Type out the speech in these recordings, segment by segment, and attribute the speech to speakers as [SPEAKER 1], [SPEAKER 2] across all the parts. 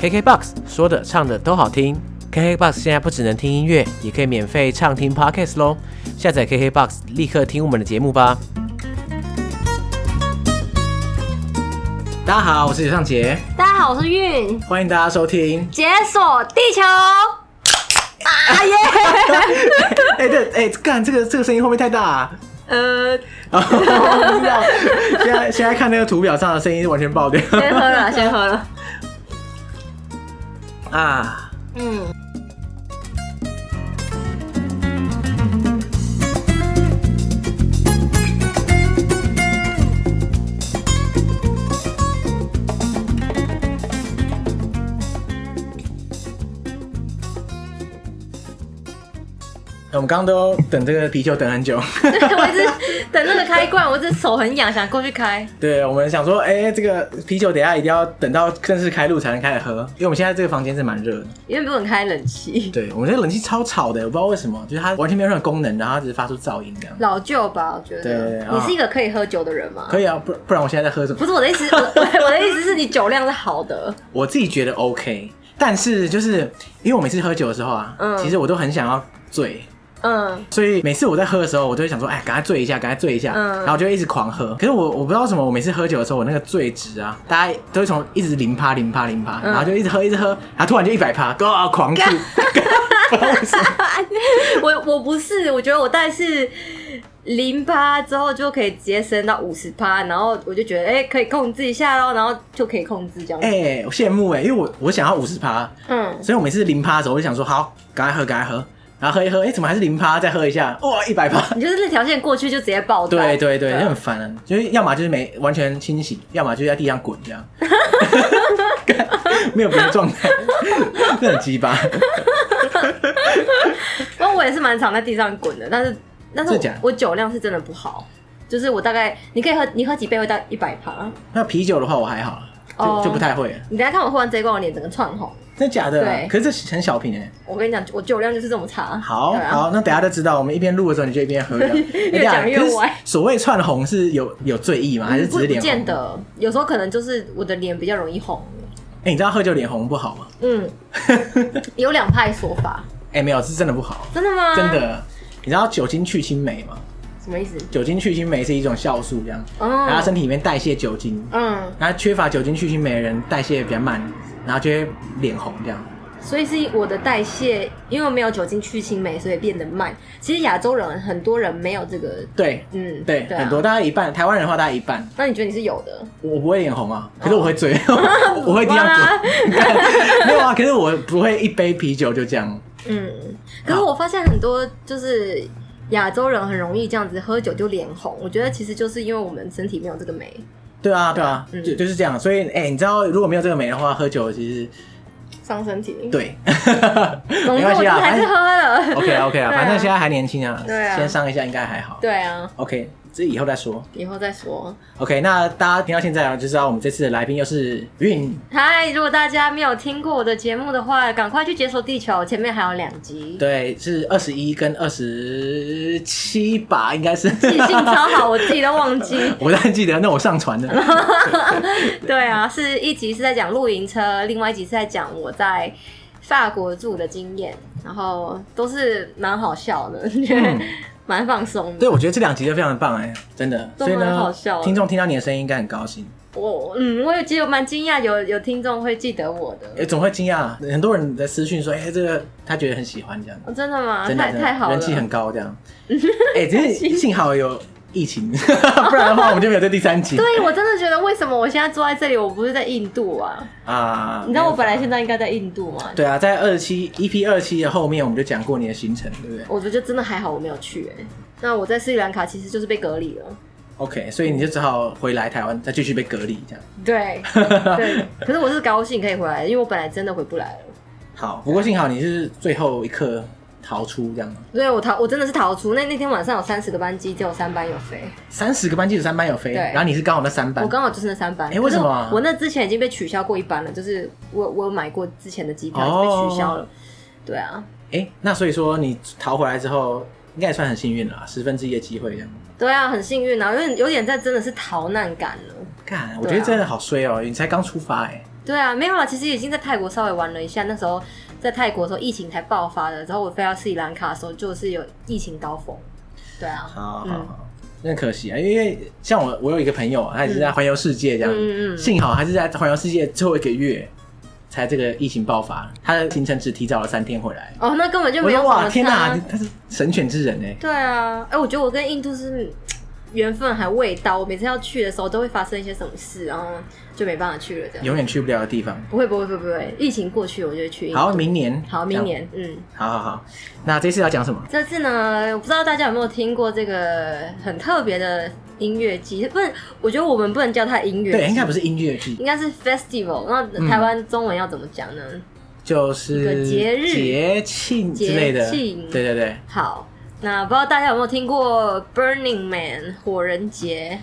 [SPEAKER 1] KKBOX 说的唱的都好听。KKBOX 现在不只能听音乐，也可以免费畅听 Podcast 喽。下载 KKBOX，立刻听我们的节目吧。大家好，我是刘尚杰，
[SPEAKER 2] 大家好，我是韵，
[SPEAKER 1] 欢迎大家收听。
[SPEAKER 2] 解锁地球。啊耶！
[SPEAKER 1] 哎、对，哎、干这个这个声音会不会太大、啊？
[SPEAKER 2] 呃，
[SPEAKER 1] 哦我不知道，现在现在看那个图表上的声音完全爆掉
[SPEAKER 2] 先喝了，先喝 了。
[SPEAKER 1] 啊！
[SPEAKER 2] 嗯，
[SPEAKER 1] 我们刚刚都等这个啤酒等很久，
[SPEAKER 2] 我一直等那个开罐，我这手很痒，想过去开。
[SPEAKER 1] 对我们想说，哎、这个啤酒等一下一定要等到正式开录才能开始喝，因为我们现在这个房间是蛮热的。
[SPEAKER 2] 原本不能开冷气，
[SPEAKER 1] 对我们这个冷气超吵的，我不知道为什么，就是它完全没有任何功能，然后它只是发出噪音这样。
[SPEAKER 2] 老旧吧？我觉
[SPEAKER 1] 对
[SPEAKER 2] 得。
[SPEAKER 1] 啊
[SPEAKER 2] 你是一个可以喝酒的人吗？
[SPEAKER 1] 可以啊，不不然我现在在喝什么？
[SPEAKER 2] 不是我的意思，我 我我的意思是你酒量是好的。
[SPEAKER 1] 我自己觉得 OK，但是就是因为我每次喝酒的时候啊，
[SPEAKER 2] 嗯
[SPEAKER 1] 其实我都很想要醉，
[SPEAKER 2] 嗯，
[SPEAKER 1] 所以每次我在喝的时候，我都会想说，哎，赶快醉一下，赶快醉一下，
[SPEAKER 2] 嗯
[SPEAKER 1] 然后就会一直狂喝。可是我我不知道为什么，我每次喝酒的时候，我那个醉值啊，大家都会从一直零趴零趴零趴，
[SPEAKER 2] 嗯
[SPEAKER 1] 然后就一直喝一直喝，然后突然就一百趴，啊狂吐。不知道为什么
[SPEAKER 2] 我我不是，我觉得我大概是零趴之后就可以直接升到五十趴，然后我就觉得哎、可以控制一下喽，然后就可以控制这样子。
[SPEAKER 1] 哎、我羡慕哎、因为我我想要五十趴，
[SPEAKER 2] 嗯，
[SPEAKER 1] 所以我每次零趴的时候，我就想说，好，赶快喝，赶快喝，然后喝一喝，哎、怎么还是零趴？再喝一下，哇，一百趴。
[SPEAKER 2] 你就是那条线过去就直接爆炸。
[SPEAKER 1] 对对对，
[SPEAKER 2] 啊
[SPEAKER 1] 就很烦啊，就是要么就是没完全清醒，要么就是在地上滚这样， 没有别的状态，这很鸡巴。
[SPEAKER 2] 因为我也是蛮常在地上滚的，但是但是
[SPEAKER 1] 真的假的
[SPEAKER 2] 我我酒量是真的不好，就是我大概你可以喝你喝几杯会到一百趴。
[SPEAKER 1] 那啤酒的话我还好，就
[SPEAKER 2] 哦
[SPEAKER 1] 就不太会了，
[SPEAKER 2] 你等一下看我喝完这一罐，我脸整个窜红。
[SPEAKER 1] 真的假的啊？
[SPEAKER 2] 对
[SPEAKER 1] 可是这很小瓶哎。
[SPEAKER 2] 我跟你讲，我酒量就是这么差。
[SPEAKER 1] 好
[SPEAKER 2] 对啊
[SPEAKER 1] 好，那等下就知道，我们一边录的时候你就一边喝 这样。哎等一下
[SPEAKER 2] 讲越
[SPEAKER 1] 可是
[SPEAKER 2] 歪
[SPEAKER 1] 所谓串红是有有醉意吗？还是
[SPEAKER 2] 不
[SPEAKER 1] 只是
[SPEAKER 2] 不
[SPEAKER 1] 脸
[SPEAKER 2] 见
[SPEAKER 1] 红？
[SPEAKER 2] 得，有时候可能就是我的脸比较容易红。
[SPEAKER 1] 哎，你知道喝酒脸红不好吗？
[SPEAKER 2] 嗯， 有两派说法，
[SPEAKER 1] 哎，没有，是真的不好。
[SPEAKER 2] 真的吗？
[SPEAKER 1] 真，的，你知道酒精去青霉吗？
[SPEAKER 2] 什么意思？
[SPEAKER 1] 酒精去青霉是一种酵素，这样，然后
[SPEAKER 2] 嗯
[SPEAKER 1] 身体里面代谢酒精，
[SPEAKER 2] 嗯，
[SPEAKER 1] 然后缺乏酒精去青霉的人代谢比较慢，然后就会脸红这样。
[SPEAKER 2] 所以是我的代谢，因为没有酒精去青霉，所以变得慢。其实亚洲人很多人没有这个，
[SPEAKER 1] 对，
[SPEAKER 2] 嗯，
[SPEAKER 1] 对，
[SPEAKER 2] 啊
[SPEAKER 1] 很多，大概一半，台湾人的话大概一半。
[SPEAKER 2] 那你觉得你是有的？
[SPEAKER 1] 我我不会脸红啊，
[SPEAKER 2] 哦
[SPEAKER 1] 可是我会醉， 我会一定要滚。 没有啊，可是我不会一杯啤酒就这样。
[SPEAKER 2] 嗯，可是我发现很多就是亚洲人很容易这样子喝酒就脸红，我觉得其实就是因为我们身体没有这个酶。
[SPEAKER 1] 对啊，对啊，
[SPEAKER 2] 嗯
[SPEAKER 1] 就就是这样。所以，哎、你知道如果没有这个美的话，喝酒其实
[SPEAKER 2] 伤身体，
[SPEAKER 1] 对，
[SPEAKER 2] 总
[SPEAKER 1] 没
[SPEAKER 2] 之
[SPEAKER 1] 关
[SPEAKER 2] 我
[SPEAKER 1] 系
[SPEAKER 2] 就
[SPEAKER 1] 啊，
[SPEAKER 2] 还是喝了。
[SPEAKER 1] OK 啊 OK 啊，
[SPEAKER 2] 对啊
[SPEAKER 1] 反正现在还年轻啊，
[SPEAKER 2] 对啊
[SPEAKER 1] 先上一下应该还好。
[SPEAKER 2] 对啊，
[SPEAKER 1] OK，这以后再说。
[SPEAKER 2] 以后再说。
[SPEAKER 1] OK，那大家听到现在啊，就知道我们这次的来宾又是韵。
[SPEAKER 2] 嗨，如果大家没有听过我的节目的话，赶快去解锁地球，前面还有两集。
[SPEAKER 1] 对，是二十一跟二十七吧，应该是。。
[SPEAKER 2] 记性超好，我自己都忘记
[SPEAKER 1] 我当然记得，那我上传的。
[SPEAKER 2] 对啊，是一集是在讲露营车，另外一集是在讲我在法国住的经验，然后都是蛮好笑的，觉得蛮放松的。
[SPEAKER 1] 对，我觉得这两集就非常的棒哎、真的。
[SPEAKER 2] 都
[SPEAKER 1] 所以
[SPEAKER 2] 蛮
[SPEAKER 1] 呢
[SPEAKER 2] 好笑，啊的
[SPEAKER 1] 听众听到你的声音应该很高兴。
[SPEAKER 2] 我嗯，我也其实蛮惊讶，有有听众会记得我的。
[SPEAKER 1] 哎，总会惊讶，很多人在私讯说，哎、这个他觉得很喜欢这样，
[SPEAKER 2] 哦、真的吗？
[SPEAKER 1] 真的
[SPEAKER 2] 太
[SPEAKER 1] 真的
[SPEAKER 2] 太好了，
[SPEAKER 1] 人气很高这 样。哎、真是幸好有疫情， 不然的话我们就没有这第三集
[SPEAKER 2] 对我真的觉得，为什么我现在坐在这里，我不是在印度啊？
[SPEAKER 1] 啊。
[SPEAKER 2] 你知道我本来
[SPEAKER 1] 没有办法
[SPEAKER 2] 现在应该在印度吗？
[SPEAKER 1] 对啊，在二七 EP 二七的后面，我们就讲过你的行程，对不对
[SPEAKER 2] 我觉得真的还好，我没有去哎、那我在斯里兰卡其实就是被隔离了，
[SPEAKER 1] ？OK，所以你就只好回来台湾，再继续被隔离这样。
[SPEAKER 2] 对 对。可是我是高兴可以回来，因为我本来真的回不来了，
[SPEAKER 1] 好，不过幸好你是最后一刻逃出这样。
[SPEAKER 2] 所以我逃，我真的是逃出。那那天晚上有三十个班机，只有三班有飞，
[SPEAKER 1] 三十个班机有三班有飞，
[SPEAKER 2] 对
[SPEAKER 1] 然后你是刚好那三班
[SPEAKER 2] 我。刚好就是那三班。
[SPEAKER 1] 诶为什么啊
[SPEAKER 2] 可是我我那之前已经被取消过一班了，就是我我有买过之前的
[SPEAKER 1] 哦
[SPEAKER 2] 机票已经被取消了。对啊，
[SPEAKER 1] 哎、那所以说你逃回来之后，应该也算很幸运了啦，十分之一的机会这样。
[SPEAKER 2] 对啊，很幸运啊，有点有点在真的是逃难感了。
[SPEAKER 1] 看，我觉得真的好衰哦、你才刚出发哎、
[SPEAKER 2] 对啊，没有了。其实已经在泰国稍微玩了一下，那时候在泰国的时候疫情才爆发的，然后我飞到斯里兰卡的时候就是有疫情高峰。对啊，
[SPEAKER 1] 好好
[SPEAKER 2] 嗯
[SPEAKER 1] 好，那可惜啊，因为像我，我有一个朋友啊，他也是在环游世界这样，
[SPEAKER 2] 嗯嗯嗯
[SPEAKER 1] 幸好他是在环游世界最后一个月才这个疫情爆发，他的行程只提早了三天回来。
[SPEAKER 2] 哦，那根本就
[SPEAKER 1] 我
[SPEAKER 2] 没有啊
[SPEAKER 1] 说
[SPEAKER 2] 什
[SPEAKER 1] 哇，
[SPEAKER 2] 么
[SPEAKER 1] 天
[SPEAKER 2] 差
[SPEAKER 1] 哪，你。他是神选之人哎、
[SPEAKER 2] 对啊，哎、我觉得我跟印度是嗯缘分还未到，我每次要去的时候都会发生一些什么事，然后就没办法去了这样。
[SPEAKER 1] 永远去不了的地方。
[SPEAKER 2] 不会不会不会不会，疫情过去我就会去印度。
[SPEAKER 1] 好，明年，
[SPEAKER 2] 好，明年嗯。
[SPEAKER 1] 这样，好好好。那这次要讲什么？
[SPEAKER 2] 这次呢，我不知道大家有没有听过这个很特别的音乐季，不是，我觉得我们不能叫它音乐季，
[SPEAKER 1] 对，应该不是音嗯乐剧，
[SPEAKER 2] 应该是 festival。那台湾中文要怎么讲呢？
[SPEAKER 1] 就是
[SPEAKER 2] 一个节日
[SPEAKER 1] 节庆之类的。
[SPEAKER 2] 节庆
[SPEAKER 1] 对对对，
[SPEAKER 2] 好，那不知道大家有没有听过 Burning Man 火人节？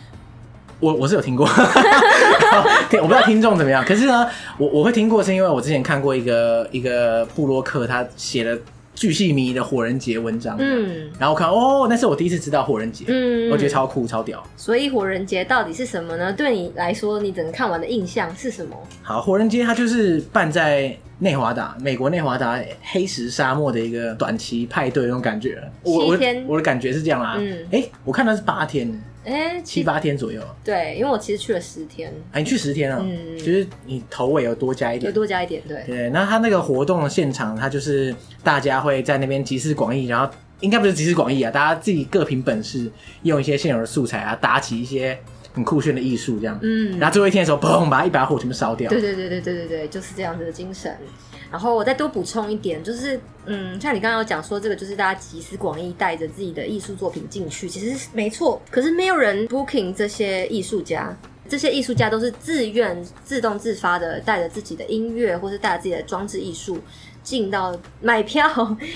[SPEAKER 1] 我我是有听过， 然后听我不知道听众怎么样。可是呢，我我会听过，是因为我之前看过一个一个布洛克他写了巨细靡遗的火人节文章，
[SPEAKER 2] 嗯
[SPEAKER 1] 然后我看哦，那是我第一次知道火人节，
[SPEAKER 2] 嗯，
[SPEAKER 1] 我觉得。超酷超屌。
[SPEAKER 2] 所以火人节到底是什么呢？对你来说，你整个看完的印象是什么？
[SPEAKER 1] 好，火人节它就是办在内华达，美国内华达黑石沙漠的一个短期派对那种感觉。我我
[SPEAKER 2] 七天
[SPEAKER 1] 我的感觉是这样啦、啊。
[SPEAKER 2] 嗯
[SPEAKER 1] 哎、我看到是八天，
[SPEAKER 2] 哎、其
[SPEAKER 1] 七八天左右。
[SPEAKER 2] 对，因为我其实去了十天，
[SPEAKER 1] 哎、你去十天啊、
[SPEAKER 2] 嗯
[SPEAKER 1] 就是你头尾有多加一
[SPEAKER 2] 有
[SPEAKER 1] 点。
[SPEAKER 2] 多加一点，对，
[SPEAKER 1] 对，那他那个活动的现场，他就是大家会在那边集思广益，然后应该不是集思广益啊，大家自己各凭本事，用一些现有的素材啊，搭起一些很酷炫的艺术这样。
[SPEAKER 2] 嗯，
[SPEAKER 1] 然后最后一天的时候，砰，把一把火全部烧掉。
[SPEAKER 2] 对对对对对对对，就是这样子的精神。然后我再多补充一点，就是嗯，像你刚刚有讲说，这个就是大家集思广益，带着自己的艺术作品进去，其实是没错。可是没有人 booking 这些艺术家，这些艺术家都是自愿、自动自发的，带着自己的音乐或是带着自己的装置艺术进到买票，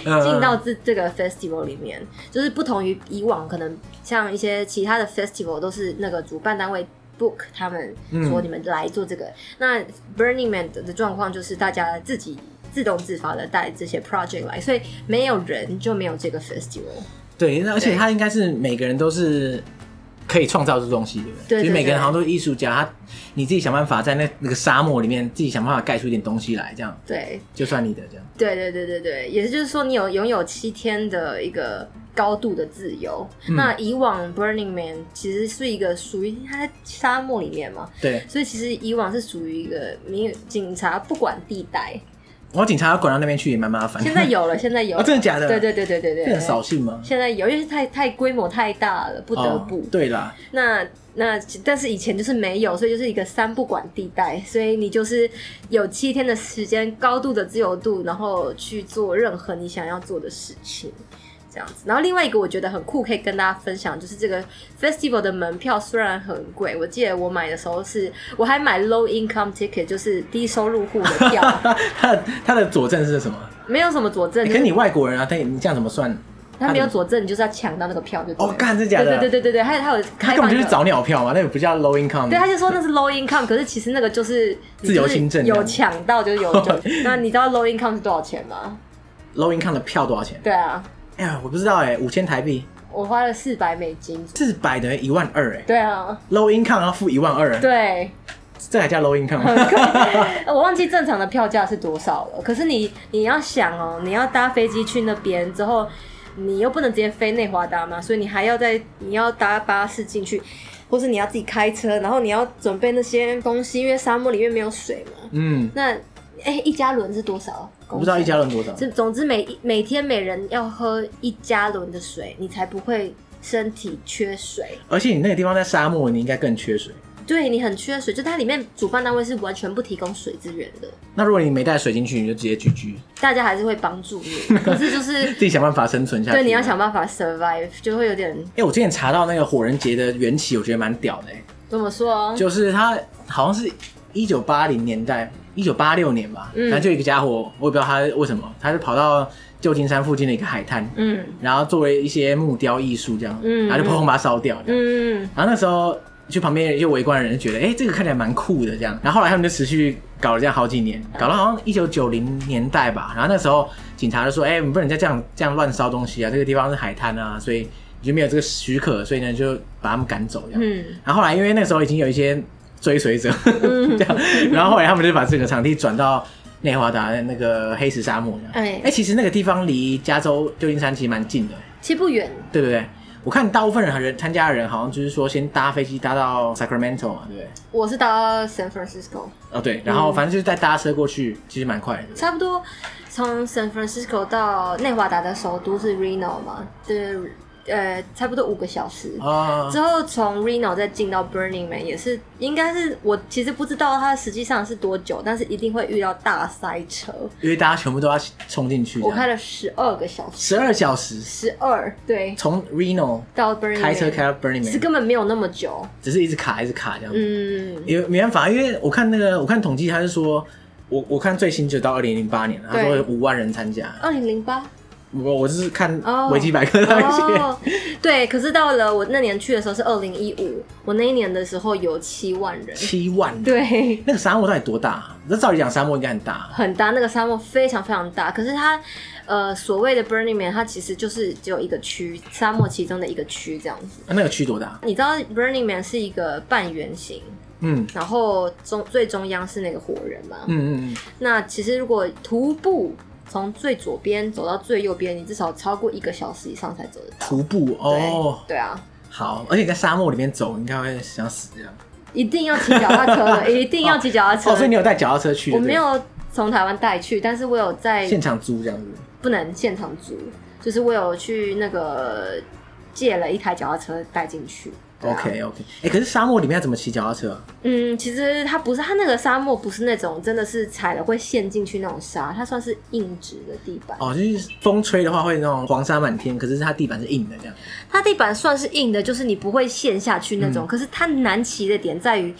[SPEAKER 1] 嗯
[SPEAKER 2] 进到这这个 festival 里面，就是不同于以往可能像一些其他的 festival 都是那个主办单位 book 他们
[SPEAKER 1] 嗯
[SPEAKER 2] 说你们来做这个。那 Burning Man 的的状况就是大家自己自动自发的带这些 project 来，所以没有人就没有这个 festival。
[SPEAKER 1] 对，那而且他应该是每个人都是可以创造出东西，对不对？
[SPEAKER 2] 对对
[SPEAKER 1] 就是每个人
[SPEAKER 2] 对
[SPEAKER 1] 好像都是艺术家，他你自己想办法在那那个沙漠里面自己想办法盖出一点东西来，这样
[SPEAKER 2] 对，
[SPEAKER 1] 就算你的这样。
[SPEAKER 2] 对对对对对，也就是说你有拥有七天的一个高度的自由。那以往 Burning Man 其实是一个属于它在沙漠里面嘛，
[SPEAKER 1] 对，
[SPEAKER 2] 所以其实以往是属于一个民警察不管地带，
[SPEAKER 1] 我警察要管到那边去也蛮麻 烦。
[SPEAKER 2] 现在有了，现在有
[SPEAKER 1] 哦，
[SPEAKER 2] 了，
[SPEAKER 1] 真的假的？
[SPEAKER 2] 对对对对对对，
[SPEAKER 1] 这很扫兴吗？
[SPEAKER 2] 现在有，因为太太规模太大了，不得不。
[SPEAKER 1] 哦对啦，
[SPEAKER 2] 那那但是以前就是没有，所以就是一个三不管地带，所以你就是有七天的时间，高度的自由度，然后去做任何你想要做的事情。这样子，然后另外一个我觉得很酷，可以跟大家分享，就是这个 festival 的门票虽然很贵，我记得我买的时候是，我还买 low income ticket，就是低收入户的票，
[SPEAKER 1] 他的他的佐证是什么？
[SPEAKER 2] 没有什么佐证，
[SPEAKER 1] 可
[SPEAKER 2] 就是
[SPEAKER 1] 是你外国人啊，但你这样怎么算？
[SPEAKER 2] 他没有佐证，你就是要抢到那个票就对了
[SPEAKER 1] 哦，干，真的假的？
[SPEAKER 2] 对对对对对，还有他有
[SPEAKER 1] 他
[SPEAKER 2] 开
[SPEAKER 1] 根
[SPEAKER 2] 放
[SPEAKER 1] 本
[SPEAKER 2] 一
[SPEAKER 1] 就
[SPEAKER 2] 个
[SPEAKER 1] 是早鸟票嘛，那也不叫 low income。
[SPEAKER 2] 对，他就说那是 low income，可是其实那个就是
[SPEAKER 1] 自由新政
[SPEAKER 2] 就是有抢到就是有。 就那你知道 low income 是多少钱吗？
[SPEAKER 1] low income 的票多少钱？
[SPEAKER 2] 对啊，
[SPEAKER 1] 哎呀，我不知道哎，五千台币，
[SPEAKER 2] 我花了四百美金。
[SPEAKER 1] 四百等于一万二哎
[SPEAKER 2] 对啊，
[SPEAKER 1] ，low income 要付一万二，
[SPEAKER 2] 对，
[SPEAKER 1] 这还叫 low income？吗
[SPEAKER 2] 很贵。 我忘记正常的票价是多少了。可是你你要想哦，你要搭飞机去那边之后，你又不能直接飞内华达嘛，所以你还要在你要搭巴士进去，或是你要自己开车，然后你要准备那些东西，因为沙漠里面没有水嘛。
[SPEAKER 1] 嗯，
[SPEAKER 2] 那哎、一加仑是多少？
[SPEAKER 1] 我不知道一加仑多少。
[SPEAKER 2] 这总之每每天每人要喝一加仑的水，你才不会身体缺水。
[SPEAKER 1] 而且你那个地方在沙漠，你应该更缺水。
[SPEAKER 2] 对你很缺水，就它里面主办单位是完全不提供水资源的，
[SPEAKER 1] 那如果你没带水进去，你就直接 GG，
[SPEAKER 2] 大家还是会帮助 你，可是就是
[SPEAKER 1] 自己想办法生存下去。
[SPEAKER 2] 对你要想。办法 survive，就会有点
[SPEAKER 1] 哎、我之前查到那个火人节的缘起，我觉得蛮屌的、欸，
[SPEAKER 2] 怎么说？
[SPEAKER 1] 就是他好像是一九八零年代，一九八六年吧，
[SPEAKER 2] 嗯
[SPEAKER 1] 反正就一个家伙，我也不知道他为什么，他就跑到旧金山附近的一个海滩，
[SPEAKER 2] 嗯
[SPEAKER 1] 然后作为一些木雕艺术这样，
[SPEAKER 2] 嗯
[SPEAKER 1] 然后就砰砰把它烧掉，这样
[SPEAKER 2] 嗯，
[SPEAKER 1] 然后那时候就旁边一些围观的人就觉得，哎、这个看起来蛮酷的这样。然后后来他们就持续搞了这样好几年，搞到好像一九九零年代吧。然后那时候警察就说，哎、你不能再这样这样乱烧东西啊，这个地方是海滩啊，所以你就没有这个许可，所以呢就把他们赶走这样。
[SPEAKER 2] 嗯
[SPEAKER 1] 然后后来因为那时候已经有一些追随者， 这样。然后后来他们就把这个场地转到内华达的那个黑石沙漠这样。
[SPEAKER 2] 哎
[SPEAKER 1] 哎、其实那个地方离加州旧金山其实蛮近的、
[SPEAKER 2] 其实不远，
[SPEAKER 1] 对不对？我看大部分人人参加的人好像就是说先搭飞机搭到 Sacramento 嘛，对不对？
[SPEAKER 2] 我是到 San Francisco，
[SPEAKER 1] 哦对，然后反正就是再搭车过去，其实蛮快的。对不对
[SPEAKER 2] 差不多从 San Francisco 到内华达的首都是 Reno 嘛，对，呃，差不多五个小时。
[SPEAKER 1] 啊、
[SPEAKER 2] 之后从 Reno 再进到 Burning Man 也是，应该是我其实不知道它实际上是多久，但是一定会遇到大塞车。
[SPEAKER 1] 因为大家全部都要冲进去这
[SPEAKER 2] 我
[SPEAKER 1] 样，
[SPEAKER 2] 开了十二个小时，
[SPEAKER 1] 十二小时，
[SPEAKER 2] 十二对，
[SPEAKER 1] 从 Reno
[SPEAKER 2] 到 Burning Man
[SPEAKER 1] 开车开到 Burning
[SPEAKER 2] 是
[SPEAKER 1] Man，
[SPEAKER 2] 根本没有那么久。
[SPEAKER 1] 只是一直卡一直卡这样。
[SPEAKER 2] 嗯，
[SPEAKER 1] 因为没办法，因为我看那个我看统计，他是说。我我看最新就到二零零八年了，他说
[SPEAKER 2] 对
[SPEAKER 1] 有五万人参加。
[SPEAKER 2] 二零零八
[SPEAKER 1] 我我是看
[SPEAKER 2] 哦
[SPEAKER 1] 维基百科上面写，
[SPEAKER 2] 哦， 对，可是到了我那年去的时候是二零一五，我那一年的时候有七万 人，
[SPEAKER 1] 七万。
[SPEAKER 2] 对，
[SPEAKER 1] 那个沙漠到底多大、啊？那照理讲沙漠应该很大，啊
[SPEAKER 2] 很大，那个沙漠非常非常大。可是它，呃，所谓的 Burning Man，它其实就是只有一个区，沙漠其中的一个区这样子。
[SPEAKER 1] 那个区多大？
[SPEAKER 2] 你知道 Burning Man 是一个半圆形，
[SPEAKER 1] 嗯
[SPEAKER 2] 然后中最中央是那个火人嘛？
[SPEAKER 1] 嗯嗯
[SPEAKER 2] 那其实如果徒步从最左边走到最右边，你至少超过一个小时以上才走得
[SPEAKER 1] 嗯，
[SPEAKER 2] 到。
[SPEAKER 1] 徒步哦，
[SPEAKER 2] 对，对啊，
[SPEAKER 1] 好，而且你在沙漠里面走，你应该会想死这样。
[SPEAKER 2] 一定要骑脚踏 车的，一定要骑脚踏车。
[SPEAKER 1] 哦，所以你有带脚踏车去？
[SPEAKER 2] 我
[SPEAKER 1] 对不对
[SPEAKER 2] 没，有从台湾带去，但是我有在
[SPEAKER 1] 现场租这样子。
[SPEAKER 2] 不能现场租，就是我有去那个借了一台脚踏车带进去。对啊
[SPEAKER 1] OK OK，哎、可是沙漠里面要怎么骑脚踏车啊？
[SPEAKER 2] 嗯，其实它不是，它那个沙漠不是那种真的是踩了会陷进去那种沙，它算是硬质的地板。
[SPEAKER 1] 哦，就是风吹的话会那种黄沙满天，可是它地板是硬的这样。
[SPEAKER 2] 它地板算是硬的，就是你不会陷下去那
[SPEAKER 1] 嗯
[SPEAKER 2] 种。可是它难骑的点在于，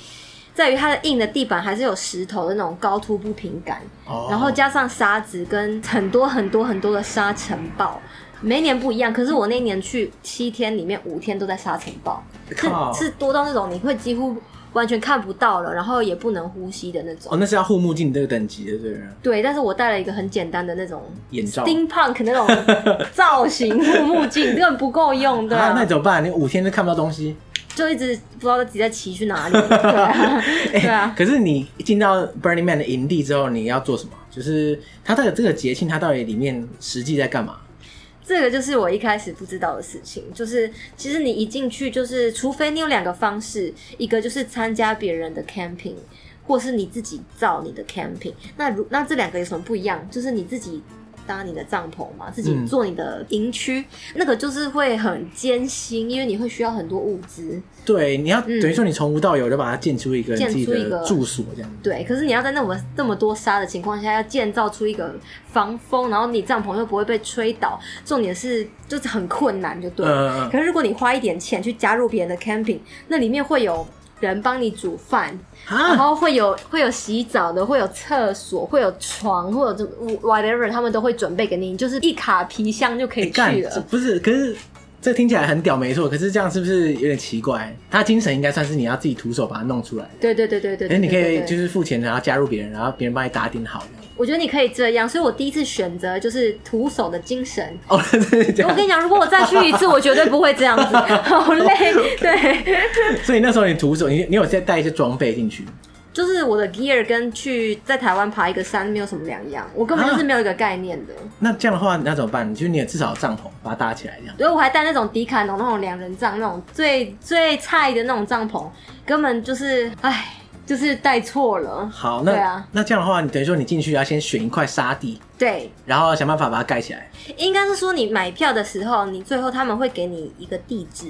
[SPEAKER 2] 在于它的硬的地板还是有石头的那种高凸不平感，
[SPEAKER 1] 哦，
[SPEAKER 2] 然后加上沙子跟很多很多很多的沙尘暴。每一年不一样，可是我那一年去七天里面五天都在沙尘暴，是
[SPEAKER 1] 靠
[SPEAKER 2] 是多到那种你会几乎完全看不到了，然后也不能呼吸的那种。
[SPEAKER 1] 哦，那是要护目镜这个等级的，对不对？
[SPEAKER 2] 对，但是我戴了一个很简单的那种
[SPEAKER 1] 眼罩
[SPEAKER 2] steampunk 那种造型护目镜，根本不够用的。
[SPEAKER 1] 啊，那怎么办？你五天都看不到东西。
[SPEAKER 2] 就一直不知道自己在骑去哪里。对啊，对啊，
[SPEAKER 1] 哎可是你进到 Burning Man 的营地之后，你要做什么？就是它这个这个节庆，它到底里面实际在干嘛？
[SPEAKER 2] 这个就是我一开始不知道的事情。就是其实你一进去，就是除非你有两个方式，一个就是参加别人的 camping。或是你自己造你的 camping，那如那这两个有什么不一样？就是你自己搭你的帐篷嘛，自己
[SPEAKER 1] 嗯
[SPEAKER 2] 做你的营区，那个就是会很艰辛，因为你会需要很多物资。
[SPEAKER 1] 对，你要、
[SPEAKER 2] 嗯
[SPEAKER 1] 等于说你从无到有就把它建出一个你
[SPEAKER 2] 建
[SPEAKER 1] 自
[SPEAKER 2] 出
[SPEAKER 1] 己
[SPEAKER 2] 一
[SPEAKER 1] 的
[SPEAKER 2] 个
[SPEAKER 1] 住所这样子。
[SPEAKER 2] 对，可是你要在那么那么多沙的情况下，要建造出一个防风，然后你帐篷又不会被吹倒，重点是就是很困难，就对
[SPEAKER 1] 嗯
[SPEAKER 2] 了。
[SPEAKER 1] 嗯
[SPEAKER 2] 可是如果你花一点钱去加入别人的 camping，那里面会有人帮你煮饭，
[SPEAKER 1] 嗯
[SPEAKER 2] 然
[SPEAKER 1] 啊，
[SPEAKER 2] 后会有会有洗澡的，会有厕所，会有床，会有这嗯 whatever，他们都会准备给你，就是一卡皮箱就可
[SPEAKER 1] 你
[SPEAKER 2] 以
[SPEAKER 1] 哎干、
[SPEAKER 2] 去
[SPEAKER 1] 这
[SPEAKER 2] 了。
[SPEAKER 1] 不是？可是这听起来很屌，没错。可是这样是不是有点奇怪？它精神应该算是你要自己徒手把它弄出来的。
[SPEAKER 2] 对对对对
[SPEAKER 1] 可
[SPEAKER 2] 对对
[SPEAKER 1] 哎是你可
[SPEAKER 2] 对
[SPEAKER 1] 以
[SPEAKER 2] 对
[SPEAKER 1] 就是付钱，然后加入别人，然后别人帮你打点好这样。
[SPEAKER 2] 我觉得你可以这样，所以我第一次选择就是徒手的精神，
[SPEAKER 1] 哦， 真的这
[SPEAKER 2] 我
[SPEAKER 1] 样。
[SPEAKER 2] 跟你讲，如果我再去一次，我绝对不会这 样子，好累。对，
[SPEAKER 1] 所以那时候你徒手，你你有再带一些装备进去？
[SPEAKER 2] 就是我的 gear 跟去在台湾爬一个山没有什么两样，我根本
[SPEAKER 1] 啊
[SPEAKER 2] 就是没有一个概念的。
[SPEAKER 1] 那这样的话，那怎么办？就是你也至少有帐篷把它搭起来这样。
[SPEAKER 2] 所以我还带那种迪卡侬那种两人帐，那种最最菜的那种帐篷，根本就是唉，就是带错了。
[SPEAKER 1] 好，那、
[SPEAKER 2] 对啊
[SPEAKER 1] 那这样的话，你等于说你进去要先选一块沙地，
[SPEAKER 2] 对，
[SPEAKER 1] 然后想办法把它盖起来。
[SPEAKER 2] 应该是说你买票的时候，你最后他们会给你一个地址，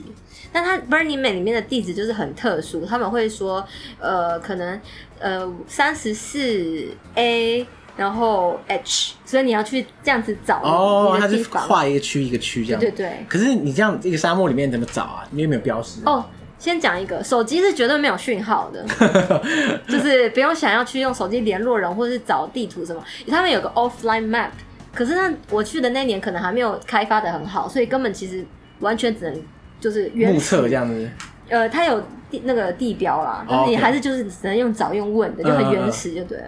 [SPEAKER 2] 但它 Burning Man 里面的地址就是很特殊，他们会说，呃，可能呃三十四 A，然后 H，所以你要去这样子找你
[SPEAKER 1] 哦，
[SPEAKER 2] 你
[SPEAKER 1] 它
[SPEAKER 2] 的
[SPEAKER 1] 是
[SPEAKER 2] 嗯地方。
[SPEAKER 1] 跨一个区一个区这
[SPEAKER 2] 对
[SPEAKER 1] 样。
[SPEAKER 2] 对对，
[SPEAKER 1] 可是你这样这个沙漠里面怎么找啊？你有没有标识？
[SPEAKER 2] 哦。先讲一个，手机是绝对没有讯 号的，就是不用想要去用手机联络人或是找地图什么，他们有个 offline map，可是那我去的那年可能还没有开发的很好，所以根本其实完全只能就是原
[SPEAKER 1] 目测这样子。
[SPEAKER 2] 呃，它有地那个地标啦，
[SPEAKER 1] 哦
[SPEAKER 2] 但是你
[SPEAKER 1] OK 嗯
[SPEAKER 2] 还是就是只能用找用问的，就很原始就对了。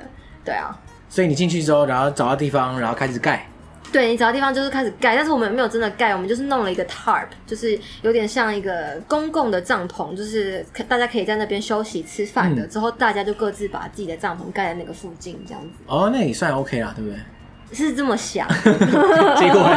[SPEAKER 2] 对啊，
[SPEAKER 1] 所以你进去之后，然后找到地方，然后开始盖。
[SPEAKER 2] 对你找地方就是开始盖，但是我们没有真的盖，我们就是弄了一个 tarp，就是有点像一个公共的帐篷，就是可大家可以在那边休息吃饭的。
[SPEAKER 1] 嗯
[SPEAKER 2] 之后大家就各自把自己的帐篷盖在那个附近，这样子
[SPEAKER 1] 哦，那也算 OK 啦，对不 对？
[SPEAKER 2] 是这么想。
[SPEAKER 1] 结果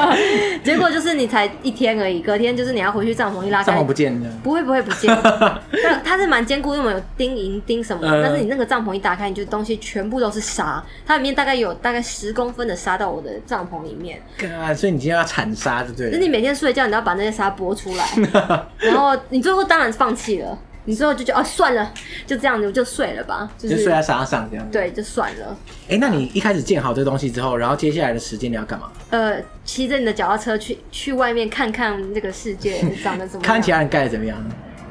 [SPEAKER 2] 结果就是你才一天而已，隔天就是你要回去帐篷一拉
[SPEAKER 1] 帐
[SPEAKER 2] 开
[SPEAKER 1] 篷。不见了。
[SPEAKER 2] 不会不会不 见，但它是蛮坚固，因为我们有钉银钉什么的。
[SPEAKER 1] 嗯
[SPEAKER 2] 但是你那个帐篷一打开，你就东西全部都是沙，它里面大概有大概十公分的沙到我的帐篷里面。
[SPEAKER 1] 啊，所以你今天要铲沙，对不
[SPEAKER 2] 就是
[SPEAKER 1] 对？
[SPEAKER 2] 你每天睡觉，你都要把那些沙拨出来， 然后你最后当然放弃了，你最后就觉得啊算了，就这样子我就睡了吧，就
[SPEAKER 1] 就是睡啊在沙上这样。。
[SPEAKER 2] 对就算了。
[SPEAKER 1] 哎，那你一开始建好这个东西之后，然后接下来的时间你要干嘛？
[SPEAKER 2] 呃，骑着你的脚踏车去去外面看看这个世 界长得怎么样。
[SPEAKER 1] 看其他人盖得怎么样